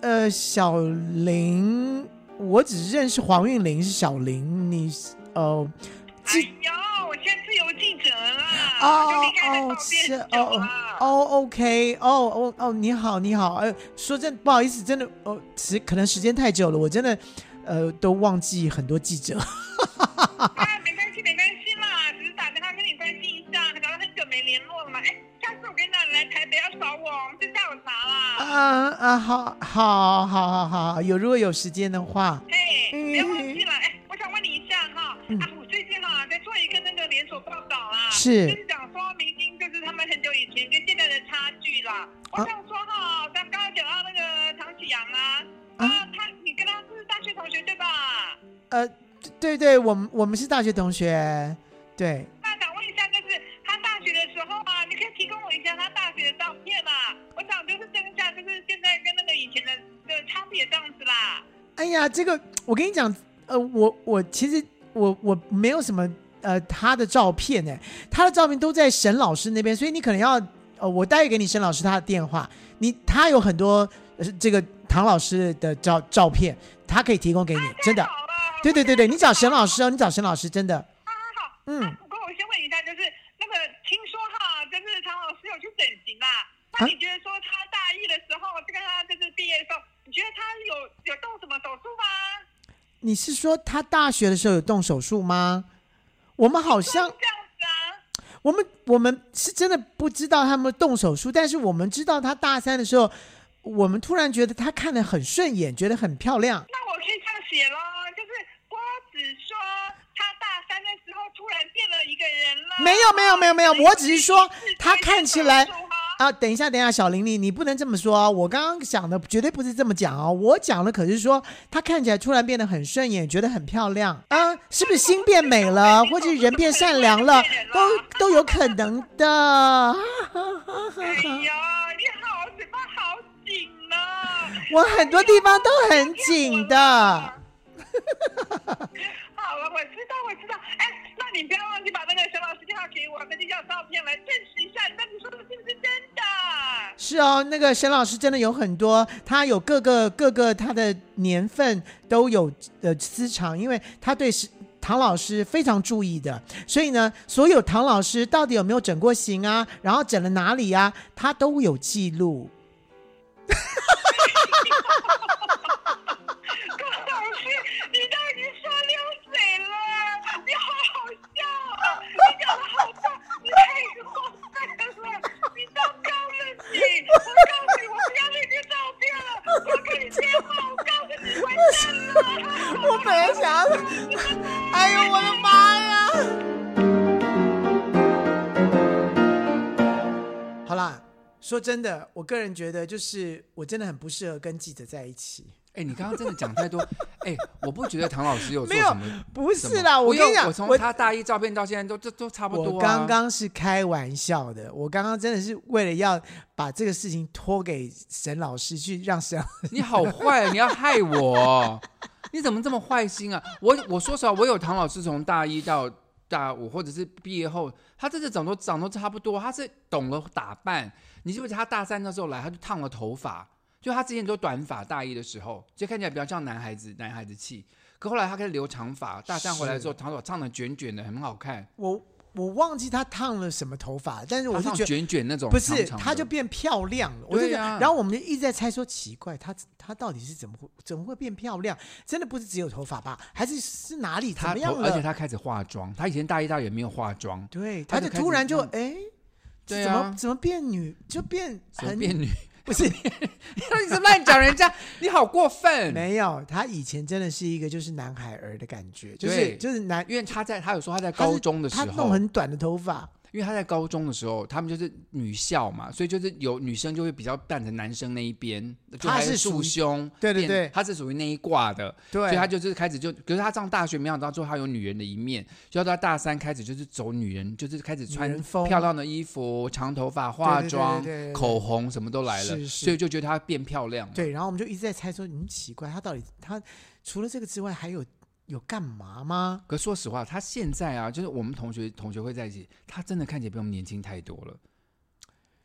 [SPEAKER 1] 呃，小林，我只认识黄韵玲是小林，你哦，
[SPEAKER 4] 哎
[SPEAKER 1] 记
[SPEAKER 4] 呦，我现在自由记者了啦，
[SPEAKER 1] 哦
[SPEAKER 4] 就离开那
[SPEAKER 1] 哦
[SPEAKER 4] 报
[SPEAKER 1] 是
[SPEAKER 4] 编
[SPEAKER 1] 哦
[SPEAKER 4] 久啊
[SPEAKER 1] 哦
[SPEAKER 4] 了。
[SPEAKER 1] 哦，OK，哦哦哦，你好你好，呃，说真不好意思，真的哦，时可能时间太久了，我真的呃都忘记很多记者，
[SPEAKER 4] 哎，没关系，没关系啦，只是打电话跟你关心一下，可能很久没联络了嘛。哎，下次我跟你讲，你来台北要找我，我们去下午茶啦。
[SPEAKER 1] 啊啊，好好好好好，有如果有时间的话，
[SPEAKER 4] 嘿，别忘记了，哎，我想问你一下哈，
[SPEAKER 1] 嗯
[SPEAKER 4] 啊，我最近哈在做一个那个连锁报道啦，
[SPEAKER 1] 是
[SPEAKER 4] 就是讲说明星就是他们很久以前跟现在的差距啦。我
[SPEAKER 1] 啊
[SPEAKER 4] 想说哈，刚刚讲到那个唐启阳啊，
[SPEAKER 1] 啊
[SPEAKER 4] 啊，他你跟他是大学同学对吧？
[SPEAKER 1] 呃，对对，我们我们是大学同学，对。
[SPEAKER 4] 那想问一下，就是他大学的时候啊，你可以提供我一下他大学的照片啊。我想就是剩下就是现在跟那个以前的
[SPEAKER 1] 哎呀，这个我跟你讲，呃，我我其实我我没有什么呃他的照片呢，他的照片都在沈老师那边，所以你可能要呃，我待会给你沈老师他的电话，你他有很多、呃、这个唐老师的照照片，他可以提供给你，真的啊
[SPEAKER 4] 太。好了
[SPEAKER 1] 对对对对，你找沈老
[SPEAKER 4] 师。
[SPEAKER 1] 师哦，你找沈老师，真的。
[SPEAKER 4] 好好好，
[SPEAKER 1] 嗯
[SPEAKER 4] 那不过我先问一下，就是那个听说哈，就是唐老师有去整形啦。
[SPEAKER 1] 啊
[SPEAKER 4] 那你觉得说他大一的时候，这个他就是毕业的时候，你觉得他有有动什么手术吗？
[SPEAKER 1] 你是说他大学的时候有动手术吗？我们好像
[SPEAKER 4] 这样子啊。
[SPEAKER 1] 我们我们是真的不知道他们动手术，但是我们知道他大三的时候，我们突然觉得他看得很顺眼，觉得很漂亮。
[SPEAKER 4] 那我可以这样写咯，就是郭子说他大三的时候突然变了一个人了。
[SPEAKER 1] 没有没有没有没有，我只是说他看起来
[SPEAKER 4] 手术吗
[SPEAKER 1] 啊，等一下等一下，小玲玲，你不能这么说啊！我刚刚讲的绝对不是这么讲哦，我讲的可是说他看起来突然变得很顺眼，觉得很漂亮啊，是不是心变美了，或者人变善良了，都都有可能的。啊
[SPEAKER 4] 哎呀，你好，嘴巴好紧啊呢、
[SPEAKER 1] 我很多地方都很紧 的。
[SPEAKER 4] 好啊了，我知道，我知道。哎，那你不要忘记把那个沈老师电话给我，那就要照片来证实一下，你到底说的是不是真的？
[SPEAKER 1] 是哦，那个沈老师真的有很多，他有各个各个他的年份都有呃私藏，因为他对是唐老师非常注意的，所以呢，所有唐老师到底有没有整过形啊，然后整了哪里啊，他都有记录。
[SPEAKER 4] 郭老师，你到底说溜嘴了？你好好笑啊！你讲的好棒，你太过分了！你糟糕了你！我告诉你，我不要那些照片了，我跟你电话，我告诉你，完蛋了！
[SPEAKER 1] 我本来想要，哎呦我的妈呀！好啦，说真的，我个人觉得就是我真的很不适合跟记者在一起。
[SPEAKER 2] 哎、你刚刚真的讲太多，哎、我不觉得唐老师有做
[SPEAKER 1] 没有
[SPEAKER 2] 什么，
[SPEAKER 1] 不
[SPEAKER 2] 什
[SPEAKER 1] 是
[SPEAKER 2] 么
[SPEAKER 1] 啦，
[SPEAKER 2] 我
[SPEAKER 1] 跟你
[SPEAKER 2] 有
[SPEAKER 1] 讲，
[SPEAKER 2] 我从他大一照片到现在都都都差不多、啊。
[SPEAKER 1] 我刚刚是开玩笑的，我刚刚真的是为了要把这个事情托给沈老师去让沈 老
[SPEAKER 2] 你好坏，你要害我，你怎么这么坏心啊？我我说实话，我有唐老师从大一到大五，或者是毕业后，他真的长都长都差不多，他是懂了打扮。你记不记得他大三那时候来，他就烫了头发，就他之前都短发，大一的时候就看起来比较像男孩子，男孩子气。可后来他开始留长发，大三回来之后，唐老烫的卷卷的，很好看，
[SPEAKER 1] 我我忘记他烫了什么头发，但是我是
[SPEAKER 2] 他烫
[SPEAKER 1] 觉得
[SPEAKER 2] 卷卷那种
[SPEAKER 1] 不
[SPEAKER 2] 长长的，
[SPEAKER 1] 是，他就变漂亮了。我就觉
[SPEAKER 2] 对
[SPEAKER 1] 得，
[SPEAKER 2] 啊
[SPEAKER 1] 然后我们就一直在猜说，奇怪，他他到底是怎么会怎么会变漂亮？真的不是只有头发吧？还是是哪里怎
[SPEAKER 2] 他
[SPEAKER 1] 么样
[SPEAKER 2] 头，而且
[SPEAKER 1] 了？
[SPEAKER 2] 他开始化妆，他以前大一、大二也没有化妆，
[SPEAKER 1] 对，
[SPEAKER 2] 他
[SPEAKER 1] 他
[SPEAKER 2] 就
[SPEAKER 1] 就
[SPEAKER 2] 开始
[SPEAKER 1] 突然就
[SPEAKER 2] 嗯
[SPEAKER 1] 哎，这
[SPEAKER 2] 对
[SPEAKER 1] 怎
[SPEAKER 2] 啊
[SPEAKER 1] 么怎么变女就变
[SPEAKER 2] 怎么
[SPEAKER 1] 很
[SPEAKER 2] 变女？
[SPEAKER 1] 不是
[SPEAKER 2] 你是乱讲人家，你好过分！
[SPEAKER 1] 没有，他以前真的是一个就是男孩儿的感觉，就是
[SPEAKER 2] 对
[SPEAKER 1] 就是男
[SPEAKER 2] 因为他在，他有说他在
[SPEAKER 1] 他是
[SPEAKER 2] 高中的时
[SPEAKER 1] 他
[SPEAKER 2] 候
[SPEAKER 1] 弄，很短的头发，
[SPEAKER 2] 因为他在高中的时候，他们就是女校嘛，所以就是有女生就会比较扮成男生那一边，就
[SPEAKER 1] 他
[SPEAKER 2] 还
[SPEAKER 1] 是属
[SPEAKER 2] 束
[SPEAKER 1] 于
[SPEAKER 2] 胸，
[SPEAKER 1] 对对
[SPEAKER 2] 变
[SPEAKER 1] 对
[SPEAKER 2] 他是属于那一挂的，
[SPEAKER 1] 对
[SPEAKER 2] 所以他就是开始就，可是他上大学没想到最后他有女人的一面，所以他到大三开始就是走女人，就是开始穿
[SPEAKER 1] 女人风
[SPEAKER 2] 漂亮的衣服、长头发、化
[SPEAKER 1] 对对对
[SPEAKER 2] 妆
[SPEAKER 1] 对对对、
[SPEAKER 2] 口红什么都来了，
[SPEAKER 1] 是是
[SPEAKER 2] 所以就觉得他变漂亮了。
[SPEAKER 1] 对，然后我们就一直在猜说，嗯，奇怪，他到底他除了这个之外还有有干嘛吗？
[SPEAKER 2] 可说实话，他现在啊，就是我们同学同学会在一起，他真的看起来比我们年轻太多了。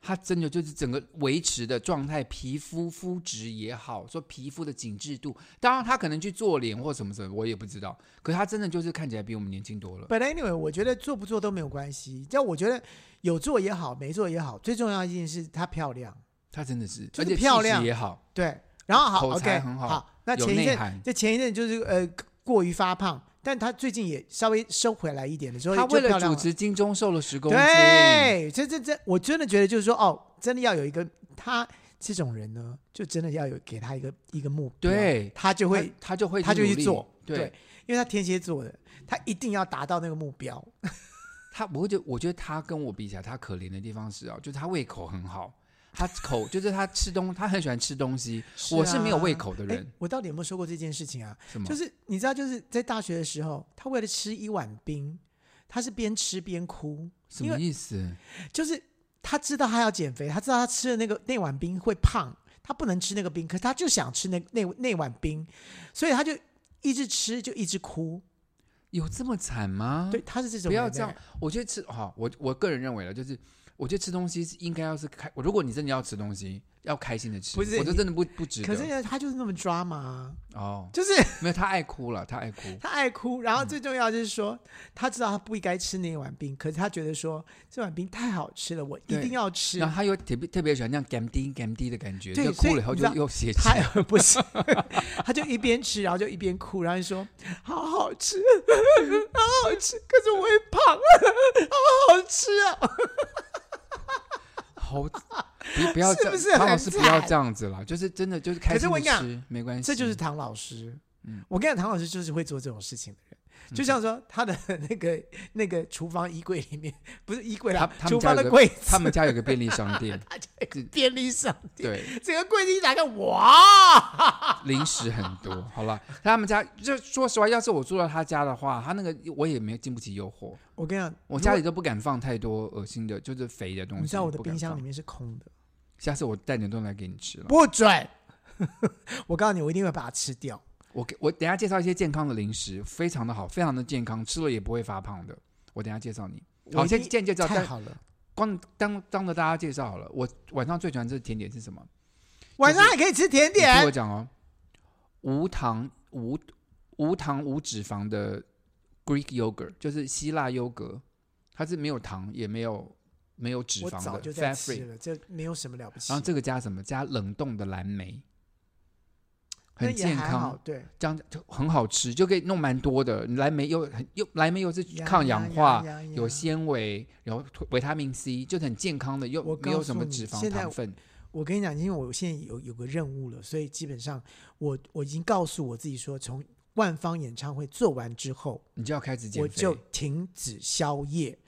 [SPEAKER 2] 他真的就是整个维持的状态，皮肤肤质也好，说皮肤的紧致度，当然他可能去做脸或什么什么，我也不知道。可他真的就是看起来比我们年轻多了。
[SPEAKER 1] But anyway，我觉得做不做都没有关系，但我觉得有做也好，没做也好，最重要一件事她漂亮，
[SPEAKER 2] 他真的是，
[SPEAKER 1] 就是
[SPEAKER 2] 而且气
[SPEAKER 1] 漂亮
[SPEAKER 2] 质也好，
[SPEAKER 1] 对，然后好
[SPEAKER 2] 口才
[SPEAKER 1] ，OK，
[SPEAKER 2] 很好
[SPEAKER 1] 那
[SPEAKER 2] 有
[SPEAKER 1] 前一
[SPEAKER 2] 内
[SPEAKER 1] 阵
[SPEAKER 2] 涵
[SPEAKER 1] 这前一阵就是呃过于发胖，但她最近也稍微收回来一点的时候，
[SPEAKER 2] 他
[SPEAKER 1] 就
[SPEAKER 2] 为了
[SPEAKER 1] 漂亮
[SPEAKER 2] 主持金钟瘦了十公斤。
[SPEAKER 1] 对，这这这，我真的觉得就是说，哦，真的要有一个他这种人呢，就真的要有给他一个一个目标，
[SPEAKER 2] 对
[SPEAKER 1] 他就会
[SPEAKER 2] 他，他就会
[SPEAKER 1] 他就
[SPEAKER 2] 努
[SPEAKER 1] 去
[SPEAKER 2] 力
[SPEAKER 1] 做，
[SPEAKER 2] 对，
[SPEAKER 1] 因为他天蝎座的，他一定要达到那个目标。
[SPEAKER 2] 他，我觉得，我觉得他跟我比起来，他可怜的地方是啊，就是他胃口很好，他口就是他吃东，他很喜欢吃 东西。我是没有胃口的
[SPEAKER 1] 哎
[SPEAKER 2] 人，
[SPEAKER 1] 我到底有没有说过这件事情啊？
[SPEAKER 2] 什么？
[SPEAKER 1] 就是你知道，就是在大学的时候，他为了吃一碗冰，他是边吃边哭，
[SPEAKER 2] 什
[SPEAKER 1] 因
[SPEAKER 2] 么
[SPEAKER 1] 为
[SPEAKER 2] 意思？
[SPEAKER 1] 就是他知道他要减肥，他知道他吃了那个那碗冰会胖，他不能吃那个冰，可是他就想吃那那那碗冰，所以他就一直吃就一直哭。
[SPEAKER 2] 有这么惨吗？
[SPEAKER 1] 对，，他是这种
[SPEAKER 2] 嗯不要
[SPEAKER 1] 人
[SPEAKER 2] 这样
[SPEAKER 1] 欸。
[SPEAKER 2] 我觉得吃好，我我个人认为了，就是我觉得吃东西是应该要是开，如果你真的要吃东西，要开心的吃，
[SPEAKER 1] 不是
[SPEAKER 2] 我觉得
[SPEAKER 1] 你
[SPEAKER 2] 真的不不值得。
[SPEAKER 1] 可是呢，他就是那么抓嘛、
[SPEAKER 2] 哦，
[SPEAKER 1] 就是
[SPEAKER 2] 没有，他爱哭了，他爱哭。
[SPEAKER 1] 他爱哭，然后最重要就是说，他知道他不应该吃那碗冰，可是他觉得说这碗冰太好吃了，我一
[SPEAKER 2] 对
[SPEAKER 1] 定要吃。
[SPEAKER 2] 然后他又特别特别喜欢那样 gam 滴 gam 滴的感觉，
[SPEAKER 1] 对
[SPEAKER 2] 就
[SPEAKER 1] 所以
[SPEAKER 2] 哭了以后
[SPEAKER 1] 你
[SPEAKER 2] 就
[SPEAKER 1] 知道
[SPEAKER 2] 又写起
[SPEAKER 1] 他
[SPEAKER 2] 来。
[SPEAKER 1] 不是，他就一边吃，然后就一边哭，然后就说：“好好吃，好好吃，可是我会胖，好好吃啊
[SPEAKER 2] 好， 不不要
[SPEAKER 1] 是
[SPEAKER 2] 这
[SPEAKER 1] 不
[SPEAKER 2] 样，
[SPEAKER 1] 是
[SPEAKER 2] 唐老
[SPEAKER 1] 很
[SPEAKER 2] 师不要
[SPEAKER 1] 惨
[SPEAKER 2] 这样子啦，就是真的就是开
[SPEAKER 1] 可是
[SPEAKER 2] 心
[SPEAKER 1] 我跟你
[SPEAKER 2] 的
[SPEAKER 1] 讲
[SPEAKER 2] 吃，没关！”系，
[SPEAKER 1] 这就是唐老师。
[SPEAKER 2] 嗯
[SPEAKER 1] 我跟你讲，唐老师就是会做这种事情的人，就像说他的 那个那个厨房衣柜里面，不是衣柜
[SPEAKER 2] 他
[SPEAKER 1] 啦，
[SPEAKER 2] 他
[SPEAKER 1] 啊厨
[SPEAKER 2] 们家
[SPEAKER 1] 房
[SPEAKER 2] 有
[SPEAKER 1] 的
[SPEAKER 2] 个
[SPEAKER 1] 柜子，，
[SPEAKER 2] 他们家有个便利商店
[SPEAKER 1] 他就有个便利商店，
[SPEAKER 2] 对，
[SPEAKER 1] 整个柜子一打开，哇！
[SPEAKER 2] 零食很多。好了，他们家就说实话，要是我住到他家的话，他那个我也没有经不起诱惑，
[SPEAKER 1] 我跟你讲，
[SPEAKER 2] 我家里都不敢放太多恶心的，就是肥的东西。
[SPEAKER 1] 你知道我的
[SPEAKER 2] 不敢
[SPEAKER 1] 冰箱
[SPEAKER 2] 放
[SPEAKER 1] 里，面是空的，
[SPEAKER 2] 下次我带点东西来给你吃了。
[SPEAKER 1] 不准！ 我告诉你，我一定会把它吃掉。
[SPEAKER 2] 我给我等一下介绍一些健康的零食，非常的好，非常的健康，吃了也不会发胖的。我等一下介绍你。好，
[SPEAKER 1] 我一
[SPEAKER 2] 现
[SPEAKER 1] 定
[SPEAKER 2] 在现在介绍，
[SPEAKER 1] 太
[SPEAKER 2] 但
[SPEAKER 1] 好了，
[SPEAKER 2] 光当当着大家介绍好了。我晚上最喜欢吃的甜点是什么？
[SPEAKER 1] 晚上还可以吃甜
[SPEAKER 2] 你听我
[SPEAKER 1] 点。
[SPEAKER 2] 讲哦，无糖无无糖无脂肪的 Greek yogurt，就是希腊优格，它是没有糖也没有没有脂
[SPEAKER 1] 我
[SPEAKER 2] 肪
[SPEAKER 1] 早
[SPEAKER 2] 的
[SPEAKER 1] 就
[SPEAKER 2] fat
[SPEAKER 1] 在吃
[SPEAKER 2] free。
[SPEAKER 1] 了，这没有什么了不起
[SPEAKER 2] 然后。这个加什么？加冷冻的蓝莓，
[SPEAKER 1] 那
[SPEAKER 2] 很
[SPEAKER 1] 也
[SPEAKER 2] 健
[SPEAKER 1] 还好
[SPEAKER 2] 康，
[SPEAKER 1] 对，
[SPEAKER 2] 这样就很好吃，就可以弄蛮多的。蓝莓又很又蓝莓又是
[SPEAKER 1] 呀
[SPEAKER 2] 抗氧化，
[SPEAKER 1] 呀呀呀
[SPEAKER 2] 有纤维，然后维他命 C，就是很健康的，又
[SPEAKER 1] 我
[SPEAKER 2] 没有
[SPEAKER 1] 告
[SPEAKER 2] 什
[SPEAKER 1] 诉
[SPEAKER 2] 么
[SPEAKER 1] 你
[SPEAKER 2] 脂肪
[SPEAKER 1] 现在
[SPEAKER 2] 糖分。
[SPEAKER 1] 我跟你讲，因为我现在有有个任务了，所以基本上我我已经告诉我自己说，从万芳演唱会做完之后，
[SPEAKER 2] 你就要开始减
[SPEAKER 1] 我
[SPEAKER 2] 肥，
[SPEAKER 1] 就停止宵夜。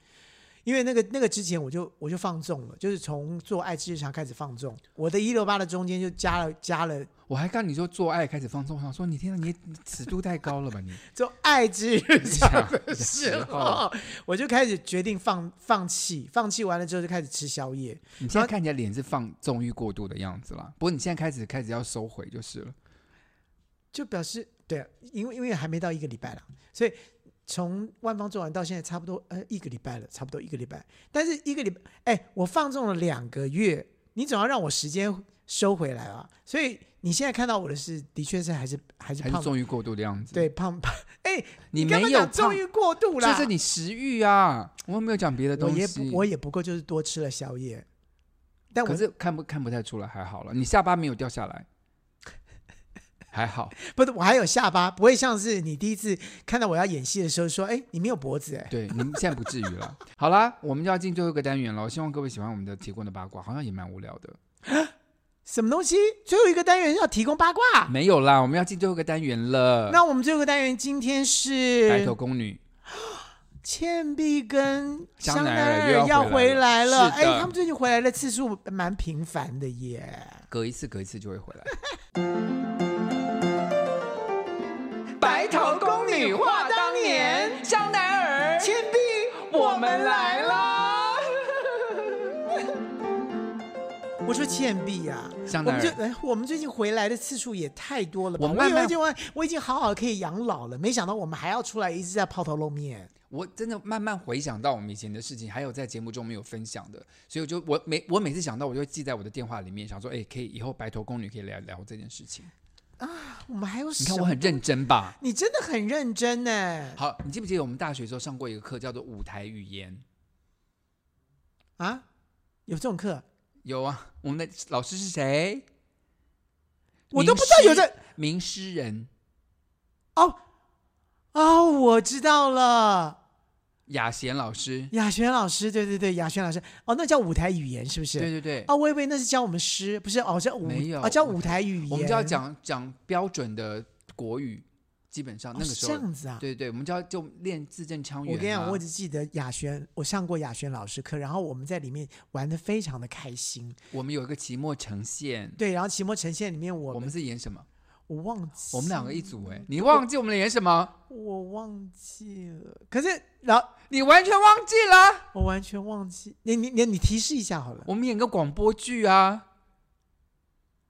[SPEAKER 1] 因为那个那个之前我就我就放纵了，就是从做爱吃日常开始放纵。我的一六八的中间就加了加了
[SPEAKER 2] 我还看你说做爱开始放纵，我想说你天啊，你你尺度太高 了吧你？
[SPEAKER 1] 做爱之日常的
[SPEAKER 2] 时
[SPEAKER 1] 时
[SPEAKER 2] 候
[SPEAKER 1] 候，我就开始决定放放弃，放弃完了之后就开始吃宵夜。
[SPEAKER 2] 你现在看起来脸是放纵欲过度的样子啦。不过你现在开始开始要收回就是了。
[SPEAKER 1] 就表示对、啊，因为因为还没到一个礼拜了，所以从万方做完到现在差不多呃一个礼拜了，差不多一个礼拜。但是一个礼拜，哎，我放纵了两个月，你总要让我时间收回来啊。所以你现在看到我的是，的确是还是还是
[SPEAKER 2] 还是
[SPEAKER 1] 胖，
[SPEAKER 2] 纵欲过度的样子。，
[SPEAKER 1] 对胖胖。哎，
[SPEAKER 2] 你
[SPEAKER 1] 干嘛
[SPEAKER 2] 没有
[SPEAKER 1] 讲
[SPEAKER 2] 胖
[SPEAKER 1] 纵欲过度啦，
[SPEAKER 2] 就是你食欲啊，我没有讲别的
[SPEAKER 1] 我
[SPEAKER 2] 东
[SPEAKER 1] 也
[SPEAKER 2] 西。
[SPEAKER 1] 不我也不过就是多吃了宵夜，但我
[SPEAKER 2] 可是看不看不太出来，还好了，你下巴没有掉 下来，还好。
[SPEAKER 1] 不是我还有下巴，不会像是你第一次看到我要演戏的时候说，哎，你没有脖子哎。
[SPEAKER 2] 对，你们现在不至于了。好啦，我们就要进最后一个单元了。希望各位喜欢我们的提供的八卦，好像也蛮无聊的。
[SPEAKER 1] 什么东西？最后一个单元要提供八卦。
[SPEAKER 2] 没有啦，我们要进最后一个单元了。
[SPEAKER 1] 那我们最后一个单元今天
[SPEAKER 2] 白头
[SPEAKER 1] 是
[SPEAKER 2] 宫女。
[SPEAKER 1] 倩碧跟
[SPEAKER 2] 香
[SPEAKER 1] 香
[SPEAKER 2] 奈
[SPEAKER 1] 奈
[SPEAKER 2] 儿
[SPEAKER 1] 儿
[SPEAKER 2] 又要
[SPEAKER 1] 要
[SPEAKER 2] 回
[SPEAKER 1] 回来
[SPEAKER 2] 来了
[SPEAKER 1] 了，
[SPEAKER 2] 是
[SPEAKER 1] 哎
[SPEAKER 2] 的，
[SPEAKER 1] 他们最近回来的次数蛮频繁的耶。
[SPEAKER 2] 隔一次隔一次就会回来。
[SPEAKER 1] 白头宫女话当年，香奈儿、倩碧，我们来啦！我说倩碧呀、
[SPEAKER 2] 香
[SPEAKER 1] 我
[SPEAKER 2] 奈
[SPEAKER 1] 们
[SPEAKER 2] 儿
[SPEAKER 1] 就哎，我们最近回来的次数也太多了吧？
[SPEAKER 2] 我
[SPEAKER 1] 我
[SPEAKER 2] 慢慢
[SPEAKER 1] 以为今晚我已经好好可以养老了，没想到我们还要出来一直在抛头露面。
[SPEAKER 2] 我真的慢慢回想到我们以前的事情，还有在节目中没有分享的，所以我就我每我每次想到，我就记在我的电话里面，想说，哎、可以以后白头宫女可以来聊这件事情。
[SPEAKER 1] 我们还有
[SPEAKER 2] 你
[SPEAKER 1] 什
[SPEAKER 2] 看
[SPEAKER 1] 么？
[SPEAKER 2] 我很认真吧？
[SPEAKER 1] 你真的很认真呢。
[SPEAKER 2] 好，你记不记得我们大学的时候上过一个课叫做舞台语言？
[SPEAKER 1] 啊，有这种课，
[SPEAKER 2] 有啊，我们的老师是谁？
[SPEAKER 1] 我都不知道有
[SPEAKER 2] 名诗
[SPEAKER 1] 这
[SPEAKER 2] 名诗人
[SPEAKER 1] 哦哦，我知道了，
[SPEAKER 2] 雅贤老师。
[SPEAKER 1] 雅璇老师，对对对，雅璇老师，哦，那叫舞台语言是不是？
[SPEAKER 2] 对对对，
[SPEAKER 1] 哦，我以为那是教我们诗，不是哦，叫舞
[SPEAKER 2] 没有
[SPEAKER 1] 哦，叫舞台语言，
[SPEAKER 2] 我们就要讲讲标准的国语，基本上
[SPEAKER 1] 哦
[SPEAKER 2] 那个
[SPEAKER 1] 是
[SPEAKER 2] 时
[SPEAKER 1] 这
[SPEAKER 2] 候，
[SPEAKER 1] 样子啊。
[SPEAKER 2] 对对，我们就要就练字正腔圆、啊。
[SPEAKER 1] 我跟你讲，我只记得雅璇，我上过雅璇老师课，然后我们在里面玩的非常的开心。
[SPEAKER 2] 我们有一个期末呈现，
[SPEAKER 1] 对，然后期末呈现里面我
[SPEAKER 2] 我
[SPEAKER 1] 们嗯
[SPEAKER 2] 们是演什么？
[SPEAKER 1] 我忘记
[SPEAKER 2] 我们两个一组哎、你忘记我们演什么？
[SPEAKER 1] 我忘记了，可是然后
[SPEAKER 2] 你完全忘记了？啊
[SPEAKER 1] 我完全忘记，你你你你提示一下好了。
[SPEAKER 2] 我们演个广播剧啊，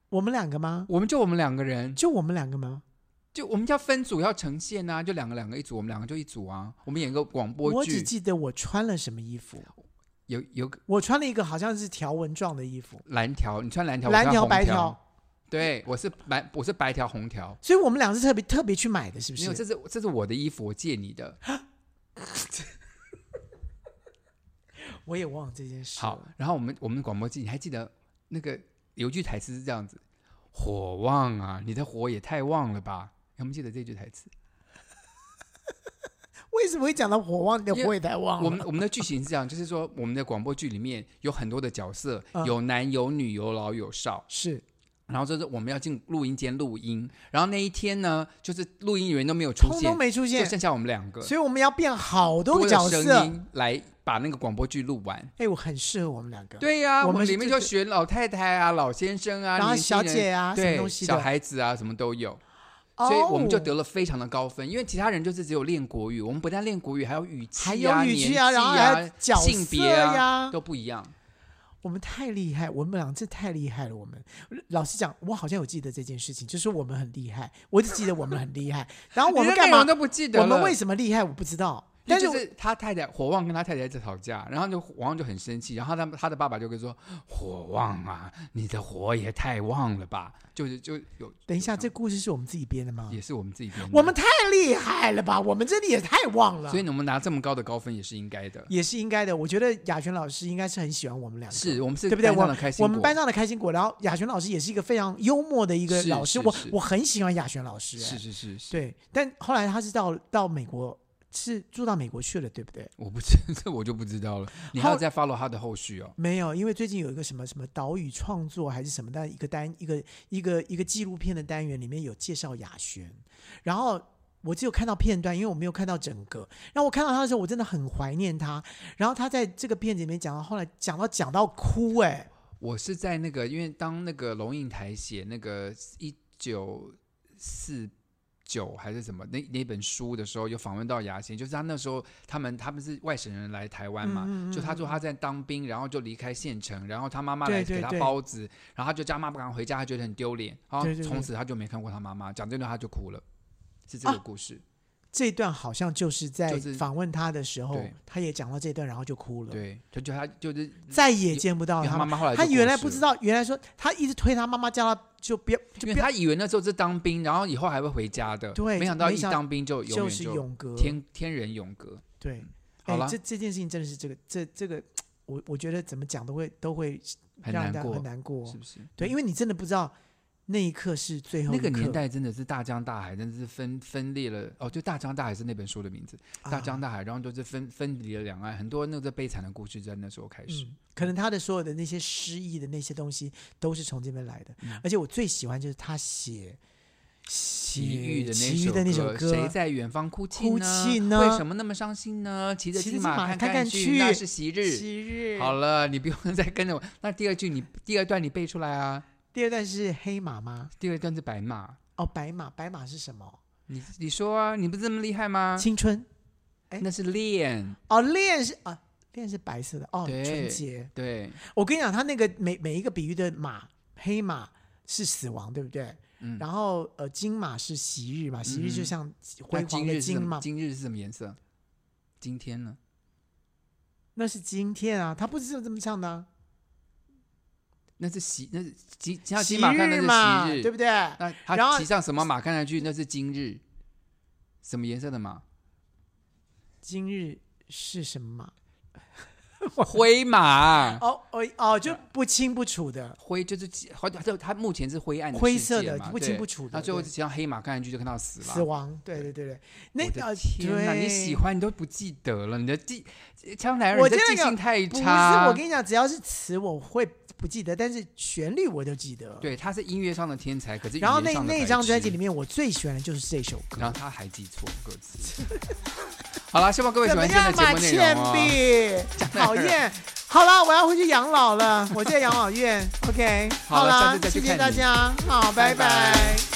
[SPEAKER 1] 我们两个吗？
[SPEAKER 2] 我们就我们两个人，
[SPEAKER 1] 就我们两个吗？
[SPEAKER 2] 就我们要分组要呈现啊，就两个两个一组，我们两个就一组啊。我们演一个广播
[SPEAKER 1] 我只
[SPEAKER 2] 剧，
[SPEAKER 1] 记得我穿了什么衣服，
[SPEAKER 2] 有有个
[SPEAKER 1] 我穿了一个好像是条纹状的衣服，
[SPEAKER 2] 蓝条，你穿蓝条，我
[SPEAKER 1] 蓝
[SPEAKER 2] 穿
[SPEAKER 1] 条
[SPEAKER 2] 红
[SPEAKER 1] 白
[SPEAKER 2] 条
[SPEAKER 1] 条，，
[SPEAKER 2] 对，我是白，我是白条红条。
[SPEAKER 1] 所以我们俩是特别特别去买的，是不
[SPEAKER 2] 没有，这
[SPEAKER 1] 是？
[SPEAKER 2] 是这是我的衣服，我借你的。
[SPEAKER 1] 我也忘了这件事。
[SPEAKER 2] 好，，然后我们我们广播剧，你还记得那个有一句台词是这样子：“火旺啊，你的火也太旺了吧？”有没有记得这句台词？
[SPEAKER 1] 为什么会讲到火旺的
[SPEAKER 2] 因为
[SPEAKER 1] 火也太旺了？
[SPEAKER 2] 我们我们的剧情是这样，就是说我们的广播剧里面有很多的角色，
[SPEAKER 1] 嗯
[SPEAKER 2] 有男有女，有老有少。
[SPEAKER 1] 是
[SPEAKER 2] 然后就是我们要进录音间录音，然后那一天呢，就是录音员都没有出
[SPEAKER 1] 通
[SPEAKER 2] 现，
[SPEAKER 1] 通没出
[SPEAKER 2] 就
[SPEAKER 1] 现，
[SPEAKER 2] 剩下我们两个，
[SPEAKER 1] 所以我们要变好多个
[SPEAKER 2] 多的
[SPEAKER 1] 角
[SPEAKER 2] 声
[SPEAKER 1] 色。
[SPEAKER 2] 音来把那个广播剧录完。
[SPEAKER 1] 哎，我很适合我们两个。，
[SPEAKER 2] 对呀、
[SPEAKER 1] 我
[SPEAKER 2] 我
[SPEAKER 1] 们
[SPEAKER 2] 们
[SPEAKER 1] 是
[SPEAKER 2] 里面
[SPEAKER 1] 这
[SPEAKER 2] 就选老太太啊、老先生啊、
[SPEAKER 1] 然后
[SPEAKER 2] 年轻人
[SPEAKER 1] 小姐啊什么
[SPEAKER 2] 对，
[SPEAKER 1] 东西的
[SPEAKER 2] 小孩子啊，什么都有，
[SPEAKER 1] 哦
[SPEAKER 2] 所以我们就得。了非常的高分。因为其他人就是只有练国语，我们不但练国语，还有语气、啊、
[SPEAKER 1] 还有语气啊
[SPEAKER 2] 年纪啊、
[SPEAKER 1] 然后还有角色呀
[SPEAKER 2] 性别啊，都不一样。
[SPEAKER 1] 我们太厉害，我们俩这太厉害了。我们老实讲，我好像有记得这件事情，就是我们很厉害，我只记得我们很厉害。然后啊我
[SPEAKER 2] 你
[SPEAKER 1] 们
[SPEAKER 2] 的
[SPEAKER 1] 干
[SPEAKER 2] 内容
[SPEAKER 1] 嘛？
[SPEAKER 2] 都不记得
[SPEAKER 1] 我们
[SPEAKER 2] 了
[SPEAKER 1] 为什么厉害？我不知道。但
[SPEAKER 2] 但是
[SPEAKER 1] 是
[SPEAKER 2] 就是他太太火旺跟他太太在吵架，然后就火旺就很生气，然后他他的爸爸就跟说：“火旺啊，你的火也太旺了吧！”就是就有
[SPEAKER 1] 等一下，
[SPEAKER 2] 有
[SPEAKER 1] 这故事是我们自己编的吗
[SPEAKER 2] 样？也是我们自己编的，
[SPEAKER 1] 我们太厉害了吧！我们这里也太旺了
[SPEAKER 2] 所，以我们拿这么高的高分也是应该的。
[SPEAKER 1] 也是应该的。我觉得雅璇老师应该是很喜欢我们两个，
[SPEAKER 2] 是我们是
[SPEAKER 1] 对不对？
[SPEAKER 2] 班上
[SPEAKER 1] 我
[SPEAKER 2] 的开心
[SPEAKER 1] 我们
[SPEAKER 2] 果
[SPEAKER 1] 班上的开心果，然后雅璇老师也是一个非常幽默的一个
[SPEAKER 2] 是
[SPEAKER 1] 老师，
[SPEAKER 2] 是
[SPEAKER 1] 我
[SPEAKER 2] 是
[SPEAKER 1] 我很喜欢雅璇老师、哎
[SPEAKER 2] 是是是是，
[SPEAKER 1] 对。但后来他是到到美国，是住到美国去了，对不对？
[SPEAKER 2] 我不知 这我就不知道了，你还要
[SPEAKER 1] 后
[SPEAKER 2] 再 follow 他的后续哦。
[SPEAKER 1] 没有，因为最近有一个什么什么岛屿创作还是什么的一个单一个一个一个纪录片的单元里面有介绍雅璇，然后我只有看到片段，因为我没有看到整个。然后我看到他的时候，我真的很怀念他。然后他在这个片子里面讲到后来讲到讲到哭、哎，
[SPEAKER 2] 我是在那个，因为当那个龙应台写那个一九四九还是什么那那本书的时候，有访问到牙仙，就是他那时候他们他们是外省人来台湾
[SPEAKER 1] 嗯
[SPEAKER 2] 嘛，就他说他在当兵，然后就离开县城，然后他妈妈来
[SPEAKER 1] 对对
[SPEAKER 2] 给他
[SPEAKER 1] 对
[SPEAKER 2] 包子，然后他就叫他妈妈赶快回家，他觉得很丢脸，然后
[SPEAKER 1] 对对对
[SPEAKER 2] 从此他就没看过他妈妈，讲这段他就哭了，是这个
[SPEAKER 1] 啊
[SPEAKER 2] 故事，
[SPEAKER 1] 这段好像就是在
[SPEAKER 2] 就是
[SPEAKER 1] 访问他的时候，
[SPEAKER 2] 对
[SPEAKER 1] 他也讲到这段，然后就哭了。
[SPEAKER 2] 对，就就他就是
[SPEAKER 1] 再也见不到
[SPEAKER 2] 因为
[SPEAKER 1] 哦他
[SPEAKER 2] 他妈
[SPEAKER 1] 妈。
[SPEAKER 2] 妈后来就
[SPEAKER 1] 他原来
[SPEAKER 2] 过世
[SPEAKER 1] 不知
[SPEAKER 2] 了
[SPEAKER 1] 道，原来说他一直推他妈妈，叫他就不要，就
[SPEAKER 2] 因
[SPEAKER 1] 不
[SPEAKER 2] 为
[SPEAKER 1] 要，
[SPEAKER 2] 他以为那时候是当兵，然后以后还会回家的，
[SPEAKER 1] 对
[SPEAKER 2] 没想到
[SPEAKER 1] 没
[SPEAKER 2] 一
[SPEAKER 1] 想
[SPEAKER 2] 当兵就永远
[SPEAKER 1] 是永隔
[SPEAKER 2] 天天人永隔。
[SPEAKER 1] 对，
[SPEAKER 2] 好
[SPEAKER 1] 哎
[SPEAKER 2] 啦
[SPEAKER 1] 这这件事情真的是这个这这个，我我觉得怎么讲都会都会
[SPEAKER 2] 很
[SPEAKER 1] 让人
[SPEAKER 2] 难
[SPEAKER 1] 家
[SPEAKER 2] 过
[SPEAKER 1] 很难过
[SPEAKER 2] 是。不是？
[SPEAKER 1] 对，因为你真的不知道那一刻是最后
[SPEAKER 2] 那
[SPEAKER 1] 一
[SPEAKER 2] 个
[SPEAKER 1] 刻
[SPEAKER 2] 年代真的是大江大海，真的是分分裂了。哦，就大江大海是那本书的名字，
[SPEAKER 1] 啊
[SPEAKER 2] 大江大海，然后就是分分离了两岸，很多那个悲惨的故事在那时候开始。
[SPEAKER 1] 嗯，可能他的所有的那些诗意的那些东西都是从这边来的，
[SPEAKER 2] 嗯
[SPEAKER 1] 而且我最喜欢就是他写写
[SPEAKER 2] 奇遇的那
[SPEAKER 1] 奇遇的那首歌，
[SPEAKER 2] 谁在远方哭泣
[SPEAKER 1] 哭
[SPEAKER 2] 呢？
[SPEAKER 1] 泣呢
[SPEAKER 2] 为什么那么伤心呢？骑着
[SPEAKER 1] 骑着金
[SPEAKER 2] 金
[SPEAKER 1] 马
[SPEAKER 2] 看
[SPEAKER 1] 看看去
[SPEAKER 2] 去，那是昔日。
[SPEAKER 1] 昔日
[SPEAKER 2] 好了，你不用 再跟着我。那第二句你第二段你背出来啊，
[SPEAKER 1] 第二段是黑马吗？
[SPEAKER 2] 第二段是白马。
[SPEAKER 1] 哦，白马，白马是什么？
[SPEAKER 2] 你你说啊，你不是这么厉害吗？
[SPEAKER 1] 青春哎
[SPEAKER 2] 那是恋，
[SPEAKER 1] 哦，恋是啊，恋是白色的哦，
[SPEAKER 2] 对
[SPEAKER 1] 纯洁。
[SPEAKER 2] 对，
[SPEAKER 1] 我跟你讲，他那个每每一个比喻的马，黑马是死亡，对不对？
[SPEAKER 2] 嗯
[SPEAKER 1] 然后呃，金马是昔日嘛，昔日就像
[SPEAKER 2] 那
[SPEAKER 1] 辉煌
[SPEAKER 2] 今
[SPEAKER 1] 的
[SPEAKER 2] 日是什
[SPEAKER 1] 金
[SPEAKER 2] 么
[SPEAKER 1] 嘛，
[SPEAKER 2] 今日是什么颜色？今天呢？
[SPEAKER 1] 那是今天啊，他不是这么唱的、啊，
[SPEAKER 2] 那是喜，那是骑骑上
[SPEAKER 1] 昔
[SPEAKER 2] 骑马看那
[SPEAKER 1] 嘛，
[SPEAKER 2] 是
[SPEAKER 1] 对
[SPEAKER 2] 昔日。
[SPEAKER 1] 不对？
[SPEAKER 2] 那
[SPEAKER 1] 然后
[SPEAKER 2] 他骑上什么马看上去那是今日，什么颜色的马？
[SPEAKER 1] 今日是什么马？
[SPEAKER 2] 灰马，
[SPEAKER 1] 哦哦哦，就不清不楚的，
[SPEAKER 2] 灰就是好，就它目前是灰暗
[SPEAKER 1] 灰
[SPEAKER 2] 世
[SPEAKER 1] 色
[SPEAKER 2] 界
[SPEAKER 1] 的
[SPEAKER 2] 嘛
[SPEAKER 1] 不
[SPEAKER 2] 对
[SPEAKER 1] 清不楚的
[SPEAKER 2] 那最后
[SPEAKER 1] 对
[SPEAKER 2] 骑上黑马看上去就看到死了。
[SPEAKER 1] 死亡，对对对对，那
[SPEAKER 2] 我的
[SPEAKER 1] 呃
[SPEAKER 2] 天哪！
[SPEAKER 1] 对
[SPEAKER 2] 你喜欢你都不记得了，你的记江南人
[SPEAKER 1] 我
[SPEAKER 2] 的
[SPEAKER 1] 真的
[SPEAKER 2] 记性太
[SPEAKER 1] 不是，
[SPEAKER 2] 差。
[SPEAKER 1] 我跟你讲，只要是词我会不记得，但是旋律我都记得。，
[SPEAKER 2] 对，他是音乐上的天才，可是
[SPEAKER 1] 然后
[SPEAKER 2] 语
[SPEAKER 1] 那
[SPEAKER 2] 言上的
[SPEAKER 1] 那
[SPEAKER 2] 白
[SPEAKER 1] 张专
[SPEAKER 2] 痴
[SPEAKER 1] 辑里面，我最喜欢的就是这首歌。
[SPEAKER 2] 然后他还记错歌词。 好了，希望各位喜
[SPEAKER 1] 怎么
[SPEAKER 2] 欢今天
[SPEAKER 1] 样嘛，
[SPEAKER 2] 的节目哦内
[SPEAKER 1] 倩
[SPEAKER 2] 容哦。
[SPEAKER 1] 碧，讨厌。好了，我要回去养老了，我在养老院。OK，
[SPEAKER 2] 好了
[SPEAKER 1] 啦
[SPEAKER 2] 下次再去
[SPEAKER 1] 谢谢
[SPEAKER 2] 看
[SPEAKER 1] 大
[SPEAKER 2] 你
[SPEAKER 1] 家，好，拜
[SPEAKER 2] 拜拜
[SPEAKER 1] 拜